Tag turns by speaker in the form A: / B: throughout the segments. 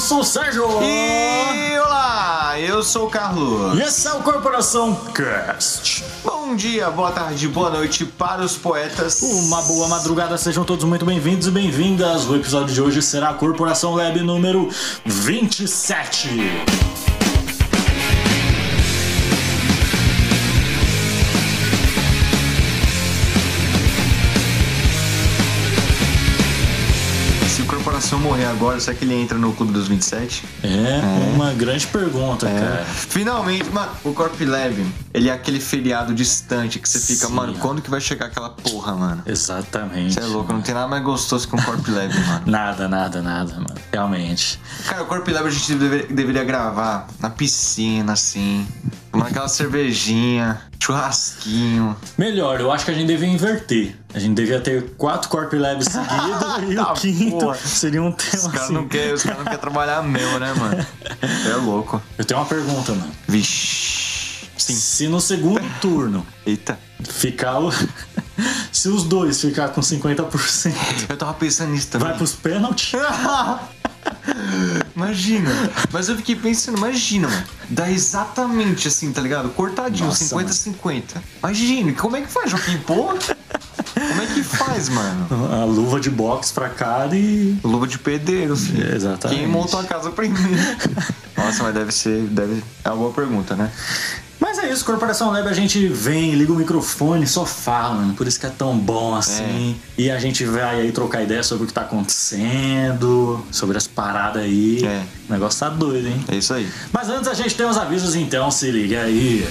A: sou o Sérgio!
B: E olá, eu sou o Carlos.
A: E esse é o Corporação Cast.
B: Bom dia, boa tarde, boa noite para os poetas.
A: Uma boa madrugada, sejam todos muito bem-vindos e bem-vindas. O episódio de hoje será a Corporação Lab número 27.
B: Se o corporação morrer agora, será que ele entra no Clube dos 27?
A: É, uma grande pergunta, cara.
B: É. Finalmente, mano, o Corp Lab, ele é aquele feriado distante que você fica,
A: Sim. é.
B: mano, quando que vai chegar aquela porra, mano?
A: Exatamente.
B: Você é louco, não tem nada mais gostoso que um Corp Lab, mano.
A: Nada, nada, nada, mano. Realmente.
B: Cara, o Corp Lab a gente deve- deveria gravar na piscina, assim, tomando aquela cervejinha, churrasquinho.
A: Melhor, eu acho que a gente devia inverter. A gente devia ter quatro Corp Labs seguidos e
B: Tá,
A: o quinto
B: porra.
A: seria um tema
B: Os caras
A: assim.
B: não querem quer trabalhar mesmo, né, mano? É louco.
A: Eu tenho uma pergunta, mano.
B: Vixe. Sim.
A: Se no segundo turno
B: Eita.
A: ficar o... Se os dois ficar com 50%,
B: Eu tava pensando nisso também.
A: vai pros pênaltis?
B: Imagina. Mas eu fiquei pensando, imagina, mano. Dá exatamente assim, tá ligado? Cortadinho,
A: Nossa,
B: 50-50. Imagina, como é que faz? Joaquim Pô? Como é que faz, mano?
A: A luva de boxe pra cada e...
B: Luva de pedreiro, filho.
A: É, exatamente.
B: Quem montou a casa primeiro? Nossa, mas deve ser. Deve... É uma boa pergunta, né?
A: Mas é isso, Corporação Lab, a gente vem, liga o microfone, só fala, mano. Por isso que é tão bom assim. E a gente vai aí trocar ideia sobre o que tá acontecendo, sobre as paradas aí.
B: É.
A: O negócio tá doido, hein?
B: É isso aí.
A: Mas antes a gente tem uns avisos, então se liga aí.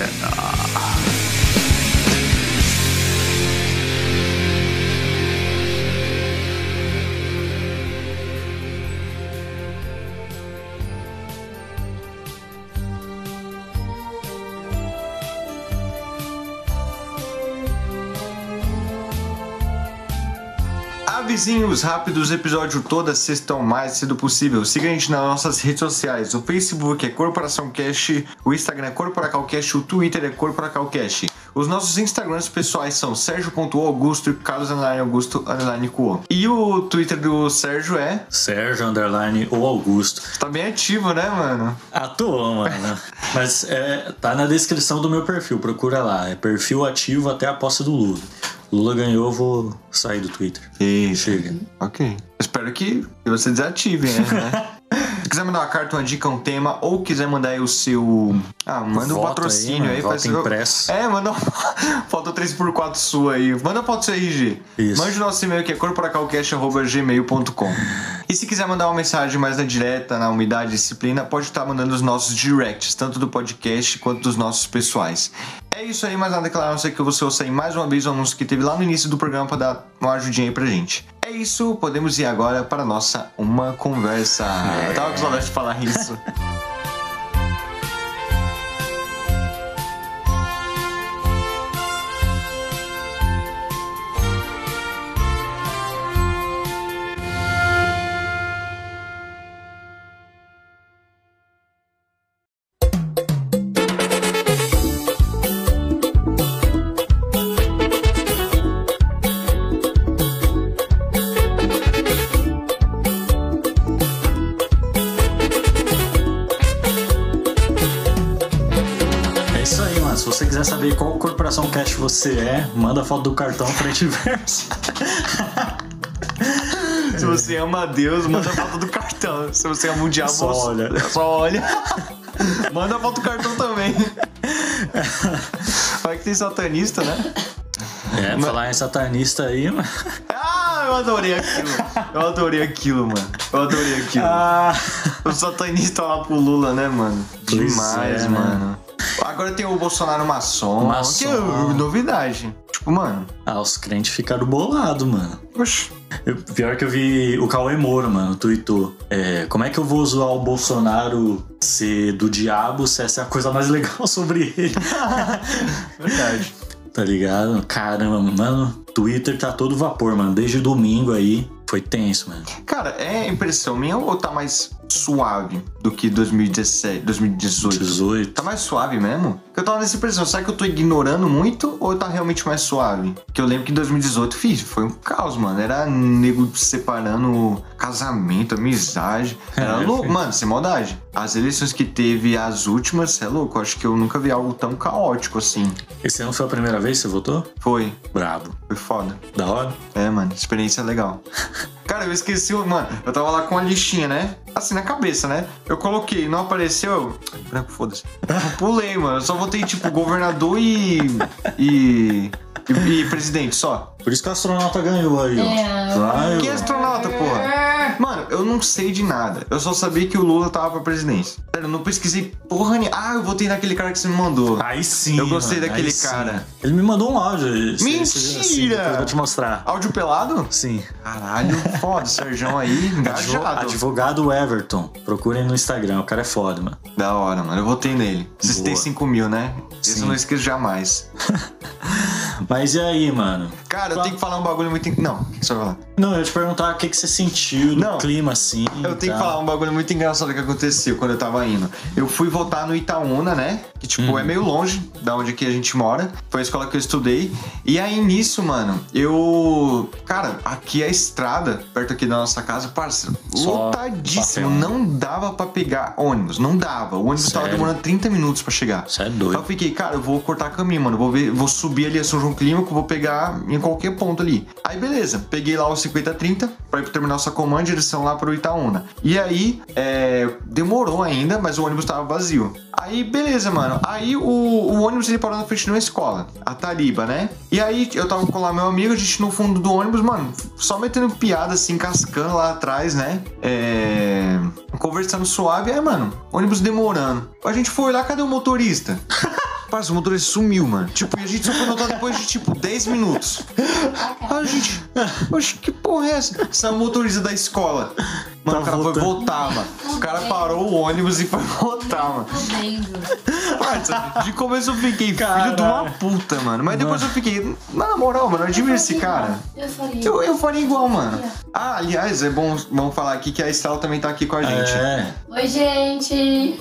B: Avisinhos rápidos, episódio toda sexta o mais cedo possível. Siga a gente nas nossas redes sociais. O Facebook é Corporação Cash, o Instagram é CorporacalCash, o Twitter é CorporacalCash. Os nossos Instagrams pessoais são Sérgio.augusto e Carlos Underline Augusto Underline Cuo. E o Twitter do Sérgio é...
A: Sérgio Underline ou Augusto.
B: Tá bem ativo, né, mano?
A: Atuou, Ah, mano. Mas é, tá na descrição do meu perfil, procura lá. É perfil ativo até a posse do Lula. Lula ganhou, eu vou sair do Twitter.
B: Isso.
A: Chega.
B: Ok. Espero que você desative, né? Se quiser mandar uma carta, uma dica, um tema, ou quiser mandar aí o seu. Ah, manda um
A: Voto
B: patrocínio aí,
A: aí, mano,
B: faz
A: voto
B: seu-
A: impresso.
B: É, manda uma foto 3x4 sua aí. Manda uma foto do seu RG.
A: Isso.
B: Mande o nosso e-mail que é corporacalcast.gmail.com. E se quiser mandar uma mensagem mais na direta, na umidade e disciplina, pode estar mandando os nossos directs, tanto do podcast quanto dos nossos pessoais. É isso aí, mais nada claro, a não ser que você ouça aí mais uma vez o anúncio que teve lá no início do programa para dar uma ajudinha aí pra gente. É isso, podemos ir agora para a nossa Uma Conversa. Eu tava com saudade de falar isso.
A: É isso aí, mano. Se você quiser saber qual corporação cash você é, manda foto do cartão frente e verso.
B: Se você ama a Deus, manda a foto do cartão. Se você ama o diabo,
A: Só olha.
B: Só olha. manda a foto do cartão também. Vai que tem satanista, né?
A: É, falar em satanista aí, mano.
B: Ah, eu adorei aquilo. Eu adorei aquilo, mano. Eu adorei aquilo.
A: Ah,
B: O satanista lá pro Lula, né, mano?
A: Pois
B: Demais,
A: é, né?
B: mano. Agora tem o Bolsonaro maçom.
A: Maçom.
B: Que é novidade. Tipo, mano.
A: ah, os crentes ficaram bolados, mano.
B: Oxi.
A: Eu- pior que eu vi o Cauê Moura, mano, tweetou. É, como é que eu vou zoar o Bolsonaro ser do diabo se essa é a coisa mais legal sobre ele?
B: Verdade.
A: Tá ligado? Caramba, mano. Twitter tá todo vapor, mano. Desde domingo aí. Foi tenso, mano.
B: Cara, é impressão minha ou tá mais suave do que 2017, 2018.
A: 18.
B: Tá mais suave mesmo? Porque Eu tava nessa impressão, será que eu tô ignorando muito ou tá realmente mais suave? Porque eu lembro que em 2018, fiz, foi um caos, mano. Era nego separando casamento, amizade. Era
A: É,
B: louco,
A: filho.
B: mano, sem maldade. As eleições que teve, as últimas, cê é louco, eu acho que eu nunca vi algo tão caótico assim.
A: Esse ano foi a primeira vez que você votou?
B: Foi,
A: Brabo.
B: foi foda.
A: Da hora?
B: É, mano, experiência legal. Cara, eu esqueci, o- mano, eu tava lá com a listinha, né? Assim, na cabeça, né? Eu coloquei, não apareceu, eu... Branco, foda-se. Eu pulei, mano, eu só votei, tipo, governador e... e... e, e presidente, só.
A: Por isso que o astronauta ganhou aí, ó.
C: É.
A: Vai,
B: Que
A: ó.
B: astronauta, porra? Mano, eu não sei de nada. Eu só sabia que o Lula tava pra presidência. Sério, eu não pesquisei porra nenhuma. Ah, eu votei naquele cara que você me mandou.
A: Aí sim.
B: Eu gostei
A: mano,
B: daquele
A: aí sim.
B: cara.
A: Ele me mandou um áudio. Mentira!
B: Mentira!
A: eu vou te mostrar.
B: Áudio pelado?
A: Sim.
B: Caralho, foda, Serjão aí,
A: Advo-
B: engajado.
A: Advogado Everton. Procurem no Instagram. O cara é foda, mano.
B: Da hora, mano. Eu votei nele. Vocês
A: Boa.
B: têm 5 mil, né? Isso eu
A: Sim.
B: não esqueço jamais.
A: Mas e aí, mano?
B: Cara, eu
A: Fala.
B: tenho que falar um bagulho muito. en- Não, só falar.
A: Não, eu ia te perguntar o que, que você sentiu no
B: Não.
A: clima, assim.
B: Eu tenho
A: tá?
B: que falar um bagulho muito engraçado que aconteceu quando eu tava indo. Eu fui votar no Itaúna, né? Que, tipo,
A: Hum.
B: é meio longe da onde que a gente mora. Foi a escola que eu estudei. E aí, nisso, mano, eu... Cara, aqui é a estrada, perto aqui da nossa casa, parceiro,
A: Só papel.
B: lotadíssimo.
A: né?
B: Não dava pra pegar ônibus. Não dava. O ônibus tava
A: Sério?
B: demorando 30 minutos pra chegar.
A: Você é
B: Aí eu
A: doido.
B: fiquei, cara, eu vou cortar caminho, mano. Vou, ver, vou subir ali a São João Clínico, vou pegar em qualquer ponto ali. Aí, beleza. Peguei lá o 5030 pra ir pro terminal Sacomã em direção lá pro Itaúna. E aí, é, demorou ainda, mas o ônibus tava vazio. Aí, beleza, mano. Aí o, o ônibus ele parou na frente de uma escola, a Tariba, né? E aí eu tava com lá meu amigo, a gente no fundo do ônibus, mano, só metendo piada assim, cascando lá atrás, né? É. Conversando suave. Aí, mano, ônibus demorando. A gente foi lá, cadê o motorista? Parça, o motorista sumiu, mano. Tipo, e a gente só foi notar depois de, tipo, 10 minutos. Aí a gente. Oxe, que porra é essa? Saiu o motorista da escola. Mano,
A: Tá
B: o cara foi
A: voltando.
B: voltar, mano. O cara parou o ônibus e foi voltar, mano.
C: Fudendo.
B: Parça, de começo eu fiquei filho
A: Caralho.
B: de uma puta, mano. Mas depois eu fiquei. Na moral, mano, eu admiro esse cara.
C: Eu faria.
B: Eu, eu faria igual, mano. Ah, aliás, é bom vamos falar aqui que a Estela também tá aqui com a gente.
A: É.
C: Oi, gente.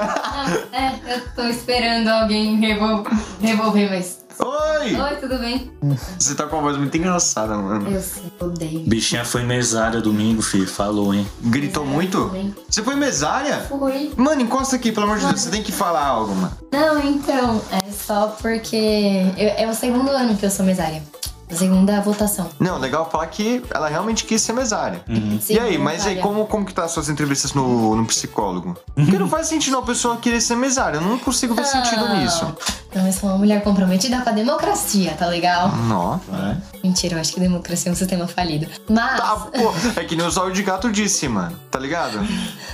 C: Ah, é, eu tô esperando alguém revol- revolver, mas...
B: Oi!
C: Oi, tudo bem?
B: Você tá com uma voz muito engraçada, mano.
C: Eu sei, odeio.
A: Bichinha foi mesária domingo, filho. Falou, hein?
B: Gritou muito?
C: Bem,
B: Você foi mesária?
C: Fui.
B: Mano, encosta aqui, pelo amor de Deus, você tem que falar algo, mano.
C: Não, então, é só porque... eu- é o segundo ano que eu sou mesária. É A segunda votação.
B: Não, legal falar que ela realmente quis ser mesária.
C: Uhum.
B: Hum. E
C: Segunda
B: aí, mas aí,
C: mesária.
B: como, como que tá as suas entrevistas no, no psicólogo? Porque não faz sentido uma pessoa querer ser mesária, eu não consigo ver sentido
C: Ah,
B: nisso.
C: Não, eu sou uma mulher comprometida com a democracia, tá legal?
B: Nó.
A: Vai.
C: Mentira, eu acho que democracia é um sistema falido.
B: Ah.
C: Mas...
B: Tá, pô, é que nem o Zóio de Gato disse, mano, tá ligado?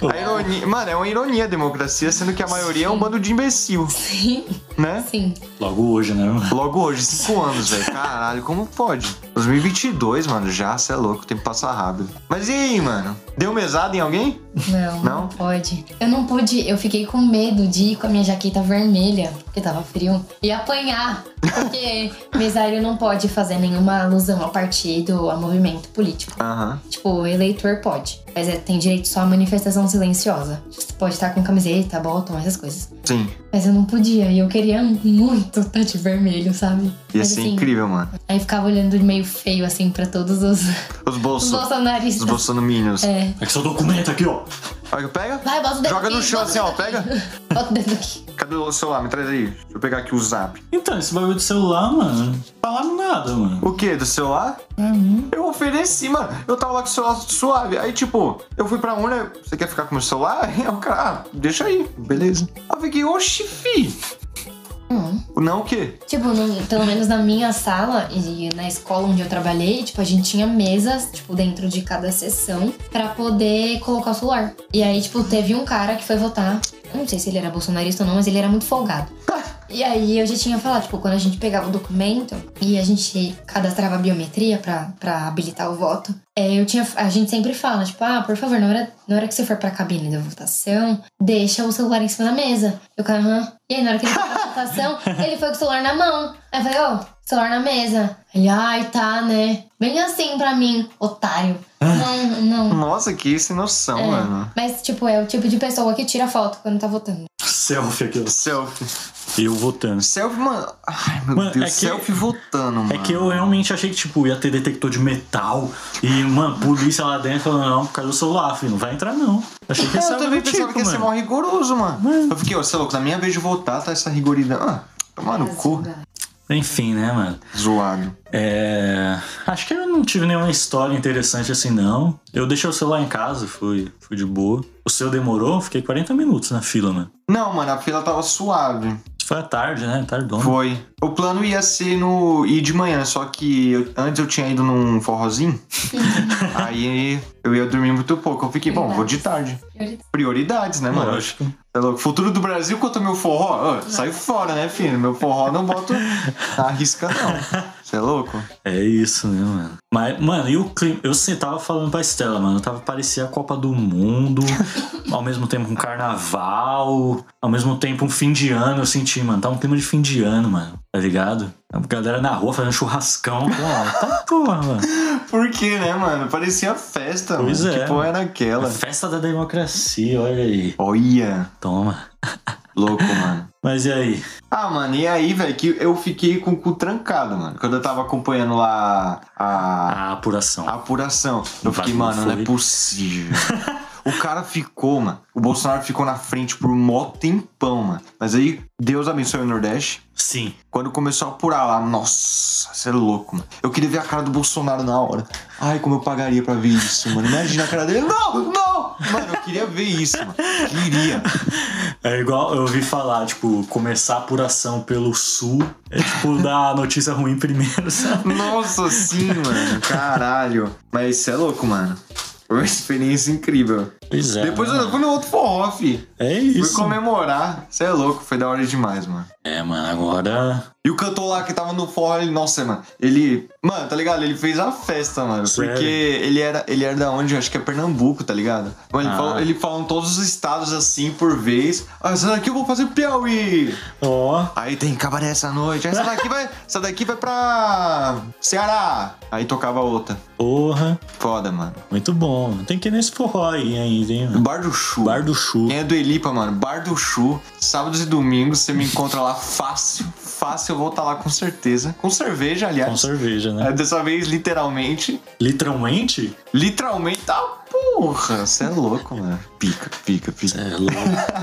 B: A ironia, mano, é uma ironia a democracia, sendo que a maioria é um bando de imbecil,
C: Sim,
B: né?
C: sim.
A: Logo hoje, né? mano?
B: Logo hoje, cinco anos, velho. Caralho, como pode? 2022, mano, já, cê é louco, o tempo passa rápido. Mas e aí, mano? Deu mesada em alguém?
C: Não,
B: Não?
C: não pode. Eu não pude, eu fiquei com medo de ir com a minha jaqueta vermelha, porque tava frio, e apanhar. Porque mesário não pode fazer nenhuma alusão a partido ou a movimento político.
B: Aham.
C: Tipo, eleitor pode, mas é- tem direito só à manifestação silenciosa. Pode estar com camiseta, botão, essas coisas.
B: Sim.
C: Mas eu não podia, e eu queria muito estar de vermelho, sabe?
B: Ia
C: Mas,
B: ser
C: assim,
B: é incrível, mano.
C: Aí ficava olhando meio feio, assim, pra todos os,
B: Os
C: os
B: bolsos. Os
C: bolsonaristas.
B: bolsominions.
C: É.
A: Aqui seu documento aqui, ó.
B: Olha, pega.
C: Vai, bota o dedo
B: Joga no
C: aqui,
B: chão assim,
C: bota o
B: ó.
C: dedo
B: Pega.
C: aqui. Bota o dedo aqui.
B: Cadê o celular? Me traz aí. Deixa eu pegar aqui o zap.
A: Então, esse bagulho do celular, mano. Falaram nada, mano.
B: O quê? Do celular?
C: Uhum.
B: Eu ofereci, mano. Eu tava lá com o celular suave. Aí, tipo, eu fui pra Una. Você quer ficar com o meu celular? Aí o cara, ah, deixa aí. Beleza. Aí eu fiquei, oxi, fi.
C: Hum.
B: Não o quê?
C: Tipo, no- pelo menos na minha sala e na escola onde eu trabalhei, tipo, a gente tinha mesas, tipo, dentro de cada sessão pra poder colocar o celular. E aí, tipo, teve um cara que foi votar. Eu não sei se ele era bolsonarista ou não, mas ele era muito folgado. E aí eu já tinha falado, tipo, quando a gente pegava o documento e a gente cadastrava a biometria pra, pra habilitar o voto, é, eu tinha, a gente sempre fala, tipo, ah, por favor, na hora, na hora que você for pra cabine da votação, deixa o celular em cima da mesa. Eu, cara, aham. E aí na hora que ele foi pra votação, ele foi com o celular na mão. Aí eu falei, ô, celular na mesa. Aí, ai, tá, né? Bem assim pra mim, otário.
B: Ah.
C: Não, não.
B: Nossa, que sem noção,
C: Hum. É.
B: mano.
C: Mas, tipo, é o tipo de pessoa que tira foto quando tá votando.
A: Selfie aquilo.
B: Selfie.
A: Eu votando.
B: Selfie, mano. Ai, meu
A: Mano,
B: Deus.
A: é que-
B: Selfie votando, mano.
A: É que eu realmente achei que, tipo, ia ter detector de metal e, mano, polícia lá dentro falando, não, por causa do celular, filho, não vai entrar não. Achei que ia ser
B: Eu
A: algo
B: também
A: do
B: pensava
A: tipo,
B: que ia ser
A: mano.
B: mó rigoroso, mano.
A: Mano.
B: Eu fiquei, ó, você é louco, na minha vez de votar, tá essa rigoridão. Ah, tomar
C: É,
B: no cu.
A: Enfim, né, mano?
B: Zoado.
A: É. Acho que eu não tive nenhuma história interessante assim, não. Eu deixei o celular em casa, fui, fui de boa. O seu demorou? Fiquei 40 minutos na fila, mano.
B: Não, mano, a fila tava suave.
A: Isso Foi à tarde, né? Tardona.
B: Foi. O plano ia ser no ir de manhã, só que eu- antes eu tinha ido num forrozinho. aí eu ia dormir muito pouco. Eu fiquei, bom, vou de tarde. Prioridades, né, mano?
A: É Lógico.
B: Tá louco? Futuro do Brasil quanto ao meu forró? Ô, sai fora, né, filho? Meu forró não boto na risca, não. Você é louco?
A: É isso, né, mano? Mas, mano, e o clima? Eu se- tava falando pra Estela, mano. Eu tava parecia a Copa do Mundo, ao mesmo tempo um carnaval, ao mesmo tempo um fim de ano, eu senti, mano. Tá um clima de fim de ano, mano. Tá ligado? A galera na rua fazendo churrascão. Pô, tá porra, mano.
B: Por quê, né, mano? Parecia festa,
A: Pois
B: mano.
A: é,
B: que porra era aquela?
A: Festa da democracia, olha aí.
B: Olha,
A: Toma.
B: louco, mano.
A: Mas e aí?
B: Ah, mano, e aí, velho, que eu fiquei com o cu trancado, mano. Quando eu tava acompanhando lá a,
A: A apuração.
B: a apuração, eu fiquei,
A: Bagulho
B: mano, não é
A: Ah. foi.
B: possível. o cara ficou, mano. O Bolsonaro ficou na frente por mó tempão, mano. Mas aí, Deus abençoe o Nordeste.
A: Sim.
B: Quando começou a apurar lá, nossa, você é louco, mano. Eu queria ver a cara do Bolsonaro na hora. Ai, como eu pagaria pra ver isso, mano. Imagina a cara dele. Não, não! Mano, eu queria ver isso, mano. Queria.
A: É igual eu ouvi falar, tipo, começar a apuração pelo sul é tipo dar a notícia ruim primeiro, sabe?
B: Nossa, sim, mano. Caralho. Mas você é louco, mano. Foi uma experiência incrível.
A: Pois é.
B: Depois
A: né,
B: eu
A: mano?
B: fui no outro forró, fi.
A: É
B: Fui
A: isso.
B: comemorar. Você é louco, foi da hora demais, mano.
A: É, mano, agora.
B: E o cantor lá que tava no forró, ele, nossa, mano, ele. Mano, tá ligado? Ele fez a festa, mano.
A: Sério?
B: Porque ele era, ele era da onde? Acho que é Pernambuco, tá ligado? Mano, ele,
A: Ah.
B: falou, ele falou em todos os estados assim por vez. Ah, essa daqui eu vou fazer Piauí.
A: Ó.
B: Aí tem cabaré essa noite. Essa daqui vai. Essa daqui vai pra. Ceará. Aí tocava outra.
A: porra.
B: Foda, mano.
A: Muito bom. Tem que ir nesse forró aí ainda, hein, mano?
B: Bar do Chu.
A: Bar do Chu.
B: Quem é do Elipa, mano? Bar do Chu. Sábados e domingos você me encontra lá fácil. Fácil, eu vou estar lá com certeza. Com cerveja, aliás.
A: Com cerveja, né?
B: É, dessa vez, literalmente.
A: Literalmente?
B: Literalmente, tá porra. Você é louco, mano. Pica, pica, pica.
A: É louco.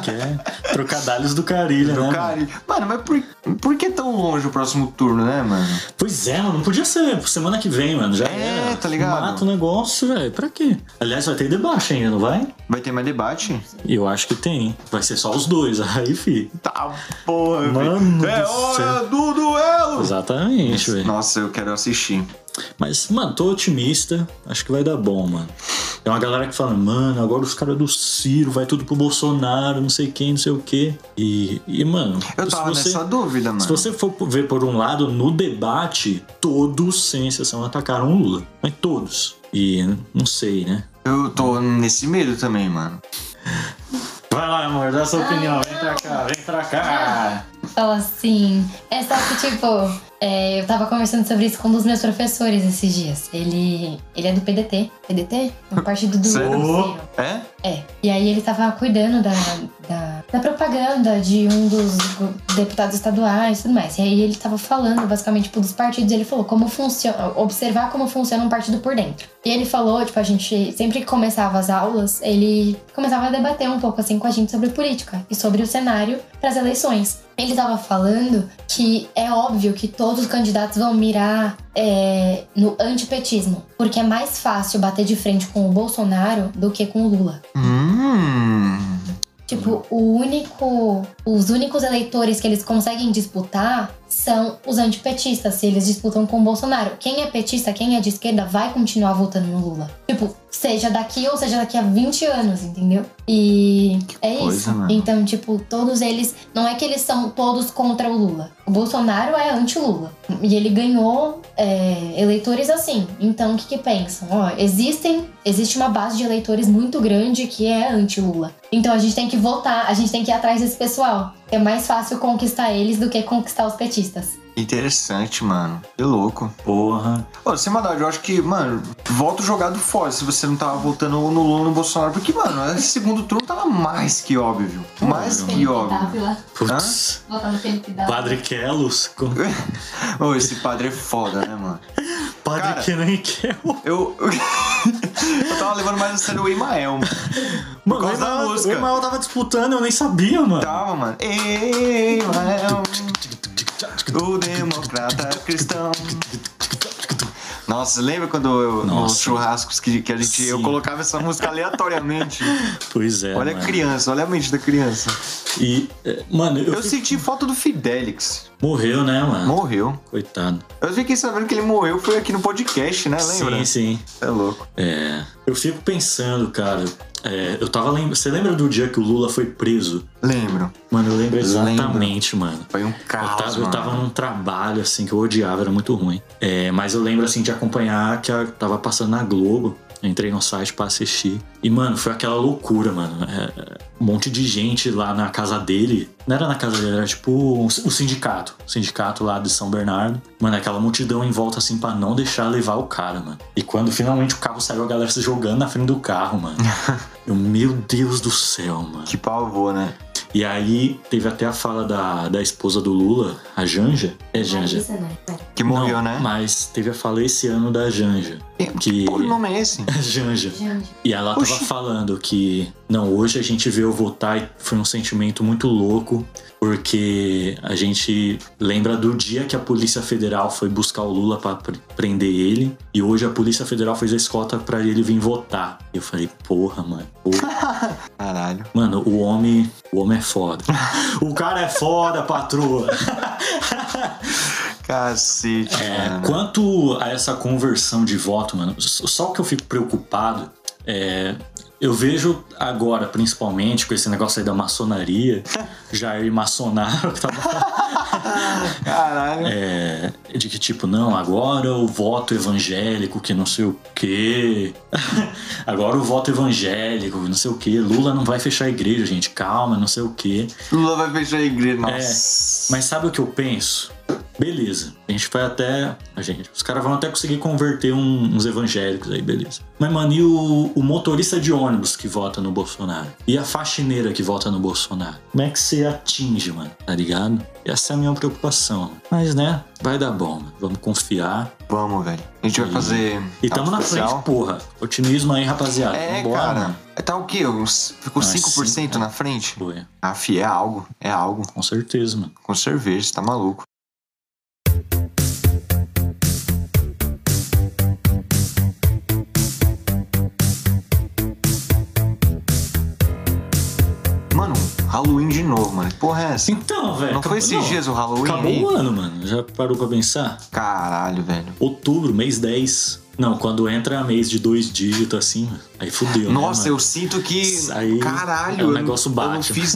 A: que é trocadalhos do carilho, né? mano?
B: Cara, mano, mas por, por que tão longe o próximo turno, né, mano?
A: Pois é, mano, não podia ser semana que vem, mano. Já
B: É,
A: era.
B: tá ligado?
A: Mata o negócio, velho. Pra quê? Aliás, vai ter debate ainda, não vai?
B: Vai ter mais debate?
A: Eu acho que tem. Vai ser só os dois. Aí, fi.
B: Tá porra,
A: Mano
B: velho. É
A: do
B: hora
A: céu.
B: do duelo!
A: Exatamente, velho.
B: Nossa, eu quero assistir.
A: Mas, mano, tô otimista. Acho que vai dar bom, mano. Tem uma galera que fala, mano, agora os caras do Ciro, vai tudo pro Bolsonaro, não sei quem, não sei o quê. E, e mano,
B: Eu tava
A: se,
B: nessa
A: você,
B: dúvida, mano.
A: se você for ver por um lado, no debate, todos, sem exceção, atacaram o Lula. Mas todos. E não sei, né?
B: Eu tô nesse medo também, mano.
A: Vai lá, amor, dá sua
C: Ai,
A: opinião.
C: não.
A: Vem pra cá, vem pra cá.
B: Ah.
C: Fala assim. É só que, tipo, é, eu tava conversando sobre isso com um dos meus professores esses dias. Ele, ele é do PDT. PDT? É um partido do
B: Sério?
C: Ciro.
B: É?
C: É. E aí ele tava cuidando da, da, da propaganda de um dos go- deputados estaduais e tudo mais. E aí ele tava falando basicamente tipo, dos partidos. Ele falou como funciona, observar como funciona um partido por dentro. E ele falou, tipo, a gente sempre que começava as aulas, ele começava a debater um pouco assim com a gente sobre política e sobre o cenário para as eleições. Ele tava falando que é óbvio que todos os candidatos vão mirar é, no antipetismo, porque é mais fácil bater de frente com o Bolsonaro do que com o Lula.
B: Hum.
C: Tipo, o único, os únicos eleitores que eles conseguem disputar são os antipetistas, se eles disputam com o Bolsonaro. Quem é petista, quem é de esquerda, vai continuar votando no Lula. Tipo, seja daqui ou seja daqui a 20 anos, entendeu? E é
B: coisa,
C: isso.
B: mano.
C: Então, tipo, todos eles. Não é que eles são todos contra o Lula. O Bolsonaro é anti-Lula. E ele ganhou é, eleitores assim. Então, o que que pensam? Ó, existem. Existe uma base de eleitores muito grande que é anti-Lula. Então, a gente tem que votar, a gente tem que ir atrás desse pessoal. É mais fácil conquistar eles do que conquistar os petistas.
B: Interessante, mano. Que louco.
A: Porra.
B: Ô, sem maldade, eu acho que, mano, volta o jogado fora se você não tava voltando no Lula no Bolsonaro. Porque, mano, esse segundo turno tava mais que óbvio. Mais
A: Claro.
B: que óbvio.
A: Putz.
C: Tá, Votar no Felipe
A: Padre Quelos. com-
B: Ô, esse padre é foda, né, mano?
A: Padre
B: Cara.
A: Kenan e Kel.
B: Eu. eu tava levando mais a sério o Emael, mano.
A: Mano, o
B: causa da
A: Emael- o
B: música. Tá.
A: Emael tava disputando, eu nem sabia, mano.
B: Tava, mano. Emael, o democrata cristão. Nossa, lembra quando eu, nos
A: Nossa.
B: churrascos que, que a gente. Eu
A: Sim.
B: colocava essa música aleatoriamente?
A: Pois é.
B: olha a
A: mano.
B: criança, olha a mente da criança.
A: E, é, mano, eu,
B: Eu senti falta do Fidelix.
A: morreu, né, mano?
B: Morreu.
A: Coitado.
B: Eu fiquei sabendo que ele morreu, foi aqui no podcast, né? Lembra?
A: Sim, sim.
B: É louco.
A: É, eu fico pensando, cara. é, eu tava lembrando. Você lembra do dia que o Lula foi preso?
B: Lembro.
A: Mano, eu lembro
B: Lembro.
A: exatamente, mano.
B: Foi um
A: Eu
B: caos,
A: tava, eu
B: mano.
A: tava num trabalho, assim, que eu odiava, era muito ruim. É, mas eu lembro, assim, de acompanhar que eu tava passando na Globo. Eu entrei no site pra assistir. E, mano, foi aquela loucura, mano. É, é, um monte de gente lá na casa dele. Não era na casa dele, era tipo um- o sindicato. O sindicato lá de São Bernardo. Mano, aquela multidão em volta, assim, pra não deixar levar o cara, mano. E quando finalmente o carro saiu, a galera se jogando na frente do carro, mano. eu, meu Deus do céu, mano.
B: Que pavor, né?
A: E aí teve até a fala da, da esposa do Lula, a Janja. É Janja.
C: Isso não.
B: Que morreu,
A: Não,
B: né?
A: Mas teve a fala esse ano da Janja. Que.
B: Pô, o nome é esse?
A: Janja.
C: Gente,
A: E ela tava
B: Oxi.
A: falando que, não, hoje a gente veio votar e foi um sentimento muito louco, porque a gente lembra do dia que a Polícia Federal foi buscar o Lula pra pre- prender ele, e hoje a Polícia Federal fez a escolta pra ele vir votar. E eu falei, porra, mano, porra.
B: Caralho.
A: Mano, o homem. O homem é foda. O cara é foda, patroa.
B: Cacete,
A: É,
B: mano.
A: quanto a essa conversão de voto, mano, s- só o que eu fico preocupado é. Eu vejo agora, principalmente, com esse negócio aí da maçonaria, Jair Maçonaro, que tava
B: Caralho.
A: É, de que tipo, não, agora o voto evangélico que não sei o quê. agora o voto evangélico, não sei o quê. Lula não vai fechar a igreja, gente. Calma, não sei o quê.
B: Lula vai fechar a igreja. Nossa.
A: É. Mas sabe o que eu penso? Beleza, a gente vai até. A gente, os caras vão até conseguir converter um- uns evangélicos aí, beleza. Mas, mano, e o, o motorista de ônibus que vota no Bolsonaro? E a faxineira que vota no Bolsonaro? Como é que você atinge, mano? Tá ligado? Essa é a minha preocupação. Mas, né, vai dar bom, mano. Vamos confiar.
B: Vamos, velho. A gente vai fazer.
A: E tamo na
B: especial.
A: frente, porra. Otimismo aí, rapaziada.
B: Tá É,
A: Vambora,
B: cara.
A: mano.
B: Tá o quê? Uns- Ficou
A: Ah,
B: 5%
A: sim,
B: na frente?
A: Boa,
B: Afi, é algo. É algo.
A: com certeza, mano.
B: Com cerveja, você tá maluco. Mano, Halloween de novo, mano. Que porra é essa?
A: Então, velho.
B: Não foi
A: acabou-
B: esses
A: não,
B: dias o Halloween
A: Acabou
B: aí?
A: o ano, mano. Já parou pra pensar?
B: Caralho, velho.
A: outubro, mês 10. Não, quando entra é mês de dois dígitos assim, mano, aí fudeu.
B: Nossa,
A: né,
B: eu sinto que.
A: Isso aí
B: Caralho,
A: é um
B: eu
A: negócio
B: não, eu não
A: bate,
B: fiz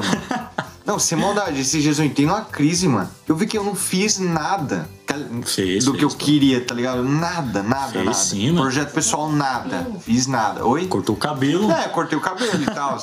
B: mano. Não, sem maldade, esses dias eu entrei numa crise, mano. Eu vi que eu não fiz nada tá-
A: Fez,
B: do que eu
A: fez, pô.
B: queria, tá ligado? Nada, nada,
A: Fez
B: nada.
A: sim, né? mano.
B: Projeto pessoal, nada. Fiz nada. Oi?
A: Cortou o cabelo.
B: É, cortei o cabelo e tal.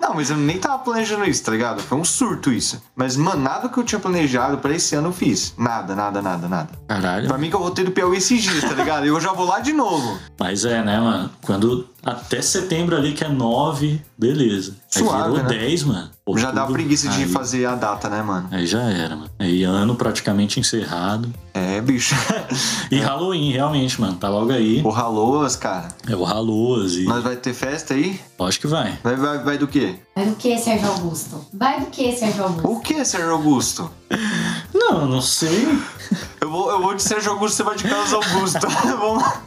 B: Não, mas eu nem tava planejando isso, tá ligado? Foi um surto isso. Mas, mano, nada que eu tinha planejado pra esse ano eu fiz. Nada, nada, nada, nada.
A: Caralho.
B: Pra mim que eu voltei do Piauí esses dias, tá ligado? E eu já vou lá de novo.
A: Mas é, né, mano? Quando. Até setembro ali, que é 9, beleza. Aí
B: Suave,
A: virou
B: né?
A: 10, mano.
B: Já dá
A: Outubro,
B: preguiça de
A: aí-
B: fazer a data, né, mano?
A: Aí já era, mano. Aí ano praticamente encerrado.
B: É, bicho.
A: E
B: É.
A: Halloween, realmente, mano. Tá logo aí.
B: O Haloas, cara.
A: É o Halloween. e-
B: Nós vai ter festa aí?
A: Acho que vai.
B: Vai, vai, vai do quê?
C: Vai do que, Sérgio Augusto? Vai do que, Sérgio Augusto?
B: O que, Sérgio Augusto?
A: Não, não sei.
B: Eu vou, eu vou de Sérgio Augusto, você vai de Carlos Augusto. Vamos lá.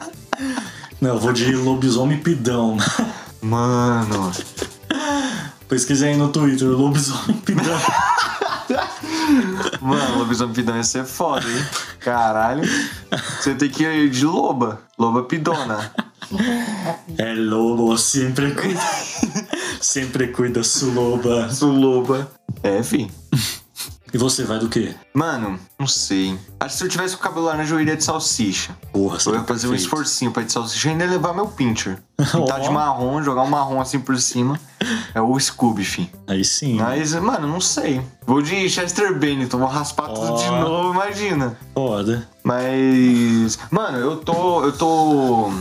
A: Não, eu vou de lobisomem pidão. né?
B: Mano.
A: Pesquisei aí no Twitter, lobisomem pidão.
B: Mano, lobisomem pidão ia ser foda, hein? Caralho. Você tem que ir de loba. Loba pidona.
A: É lobo, sempre cuida. sempre cuida, sua loba.
B: Sou loba. É, fi.
A: E você vai do quê?
B: Mano, não sei. Acho que se eu tivesse com o cabelo laranja, eu iria de salsicha.
A: Porra,
B: Eu
A: seria
B: ia fazer um
A: perfeito.
B: esforcinho pra ir de salsicha e ainda levar meu pincher. Pintar de
A: Ó.
B: marrom, jogar um marrom assim por cima. É o Scooby, fi.
A: Aí sim.
B: Mas, mano, não sei. Vou de Chester Bennington, vou raspar tudo
A: Ó.
B: de novo, imagina.
A: Foda.
B: Mas, mano, eu tô. Eu tô.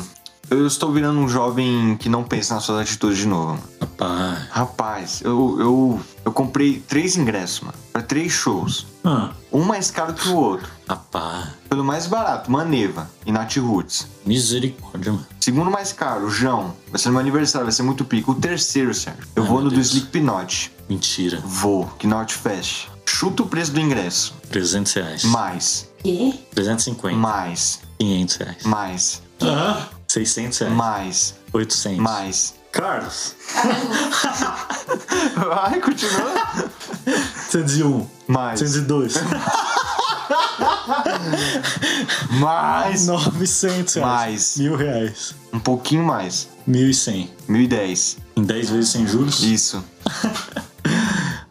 B: Eu estou virando um jovem que não pensa nas suas atitudes de novo. mano.
A: Rapaz.
B: Rapaz, eu, eu, eu comprei três ingressos, mano, pra três shows.
A: Ah,
B: Um mais caro que o outro.
A: rapaz.
B: Pelo mais barato, Maneva e Nath Roots.
A: Misericórdia, mano.
B: Segundo mais caro, o João. Vai ser no meu aniversário, vai ser muito pico. O terceiro, Sérgio. Eu
A: Ai,
B: vou
A: meu
B: no do
A: Deus.
B: Slipknot.
A: Mentira.
B: Vou, Knot Fest. Chuta o preço do ingresso.
A: 300 reais.
B: Mais,
C: Quê?
A: 350.
B: mais,
A: 500 reais.
B: mais,
A: Aham. 600 reais.
B: mais,
A: 800.
B: mais.
A: Carlos.
B: Ai, continua.
A: 101.
B: Mais,
A: 102.
B: mais,
A: 900 reais.
B: Mais.
A: Mil reais.
B: um pouquinho mais.
A: 1.100.
B: 1010.
A: Em 10 vezes sem juros?
B: Isso.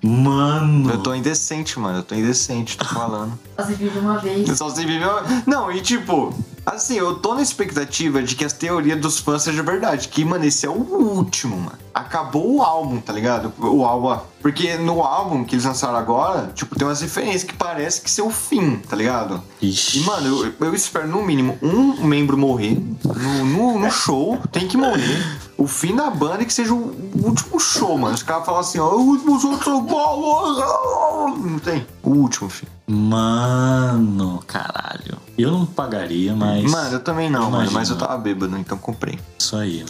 A: Mano.
B: Eu tô indecente, mano. Eu tô indecente, tô falando.
C: Você vive uma vez.
B: Eu só sei viver. Não, e tipo, assim, eu tô na expectativa de que as teorias dos fãs sejam verdade. Que, mano, esse é o último, mano. Acabou o álbum, tá ligado? O álbum. ó. Porque no álbum que eles lançaram agora, tipo, tem umas referências que parece que ser o fim, tá ligado?
A: Ixi.
B: E, mano, eu, eu espero no mínimo um membro morrer no, no, no show. Tem que morrer. O fim da banda e que seja o último show, mano. Os caras falam assim, ó, o último show de São Paulo. Não tem. O último, filho.
A: Mano, caralho. Eu não pagaria, mas.
B: Mano, eu também não, mano. Mas eu
A: Imagina.
B: tava bêbado, então comprei.
A: Isso aí.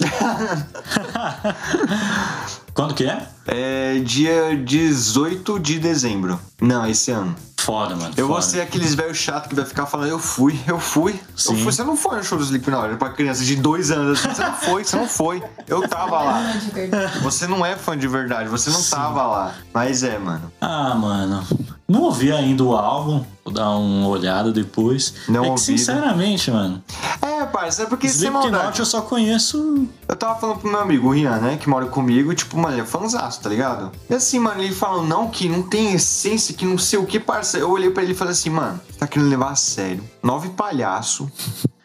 A: Quando que é?
B: É dia 18 de dezembro. Não, é esse ano.
A: Foda, mano.
B: Eu vou
A: foda.
B: ser aqueles velho chato que vai ficar falando, eu fui, eu fui. Eu
A: Sim.
B: fui. Você não foi no show do Slipknot, né? pra criança de dois anos. assim, Você não foi, você não foi. Eu tava lá.
C: Não, de verdade.
B: Você não é fã de verdade, você não tava lá. Mas é, mano.
A: Ah, mano. Não ouvi ainda o álbum. Vou dar uma olhada depois.
B: Não
A: é que,
B: ouvi, né?
A: sinceramente, mano.
B: É, parça, é porque você
A: Slipknot
B: maldade.
A: eu só conheço.
B: Eu tava falando pro meu amigo, o Rian, né, que mora comigo, e, tipo, mano, ele é fãzaço, tá ligado? E assim, mano, ele falou, não, que não tem essência, que não sei o que, parça. Eu olhei pra ele e falei assim, mano, você tá querendo levar a sério. Nove palhaço,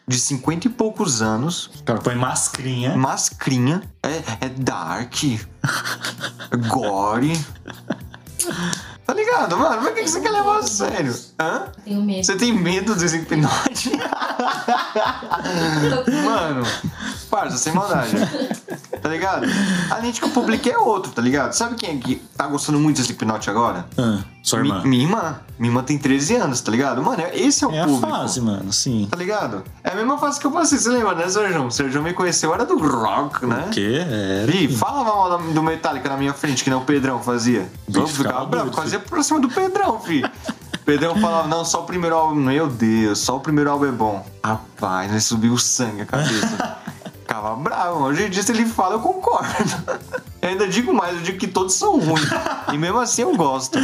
B: de cinquenta e poucos anos,
A: O cara põe mascrinha.
B: mascrinha, é, é dark, é gore. Tá ligado, mano? Por que que você quer levar a sério? Hã?
C: Tenho medo.
B: Você tem medo do Slipknot? Mano, parça, sem maldade. Tá ligado? A gente que eu publiquei é outro, tá ligado? Sabe quem é que tá gostando muito de Slipknot agora?
A: Ah, sua
B: Mi-
A: irmã.
B: minha irmã. Minha irmã tem 13 anos, tá ligado? Mano, esse é o
A: é a
B: público.
A: fase, mano, sim.
B: Tá ligado? É a mesma fase que eu passei, você lembra, né, Sérgio? O Sérgio me conheceu, era do rock, né?
A: Porque é.
B: Vi, fala mal do- do Metallica na minha frente, que não o Pedrão fazia.
A: Bicho,
B: Eu ficava
A: ficava
B: bravo,
A: doido,
B: fazia por cima do Pedrão, fi. O Pedrão falava, não, só o primeiro álbum. Meu Deus, só o primeiro álbum é bom. Rapaz, ele subiu o sangue a cabeça. Ficava bravo. Hoje em dia, se ele fala, eu concordo. Eu ainda digo mais, eu digo que todos são ruins. E mesmo assim eu gosto.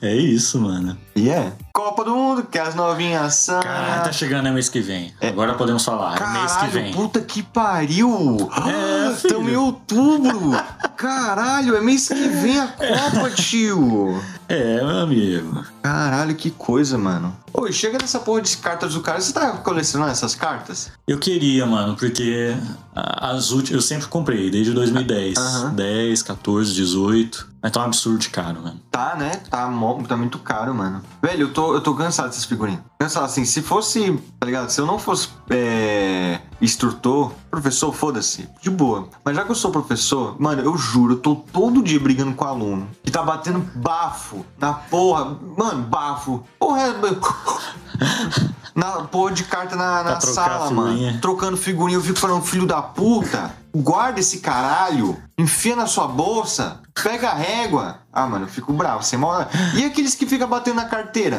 A: É isso, mano.
B: E é. Copa do Mundo, que as novinhas são.
A: Caralho, tá chegando é mês que vem. Agora podemos falar. É mês que
B: Ah. Caralho,
A: vem.
B: puta que pariu!
A: É,
B: Ah,
A: filho.
B: Tamo em outubro! Caralho, é mês que vem a Copa, tio!
A: É, meu amigo.
B: Caralho, que coisa, mano. Oi, chega nessa porra de cartas do cara. Você tá colecionando essas cartas?
A: Eu queria, mano, porque a- as últimas. Eu sempre comprei, desde 2010.
B: Ah, Aham.
A: 10, 14, 18. Mas tá um absurdo de caro, mano.
B: Tá, né? Tá, mo- tá muito caro, mano. Velho, eu tô, eu tô cansado dessas figurinhas. Cansado, assim, se fosse, tá ligado? Se eu não fosse é, instrutor, professor, foda-se, de boa. Mas já que eu sou professor, mano, eu juro, eu tô todo dia brigando com aluno. Que tá batendo bafo na porra. Mano, bafo. Porra, é... Na porra de carta na, na
A: Pra trocar
B: sala,
A: figurinha.
B: mano. Trocando figurinha, eu fico falando, um filho da puta, guarda esse caralho, enfia na sua bolsa, pega a régua. Ah, mano, eu fico bravo, sem mal. E aqueles que ficam batendo na carteira?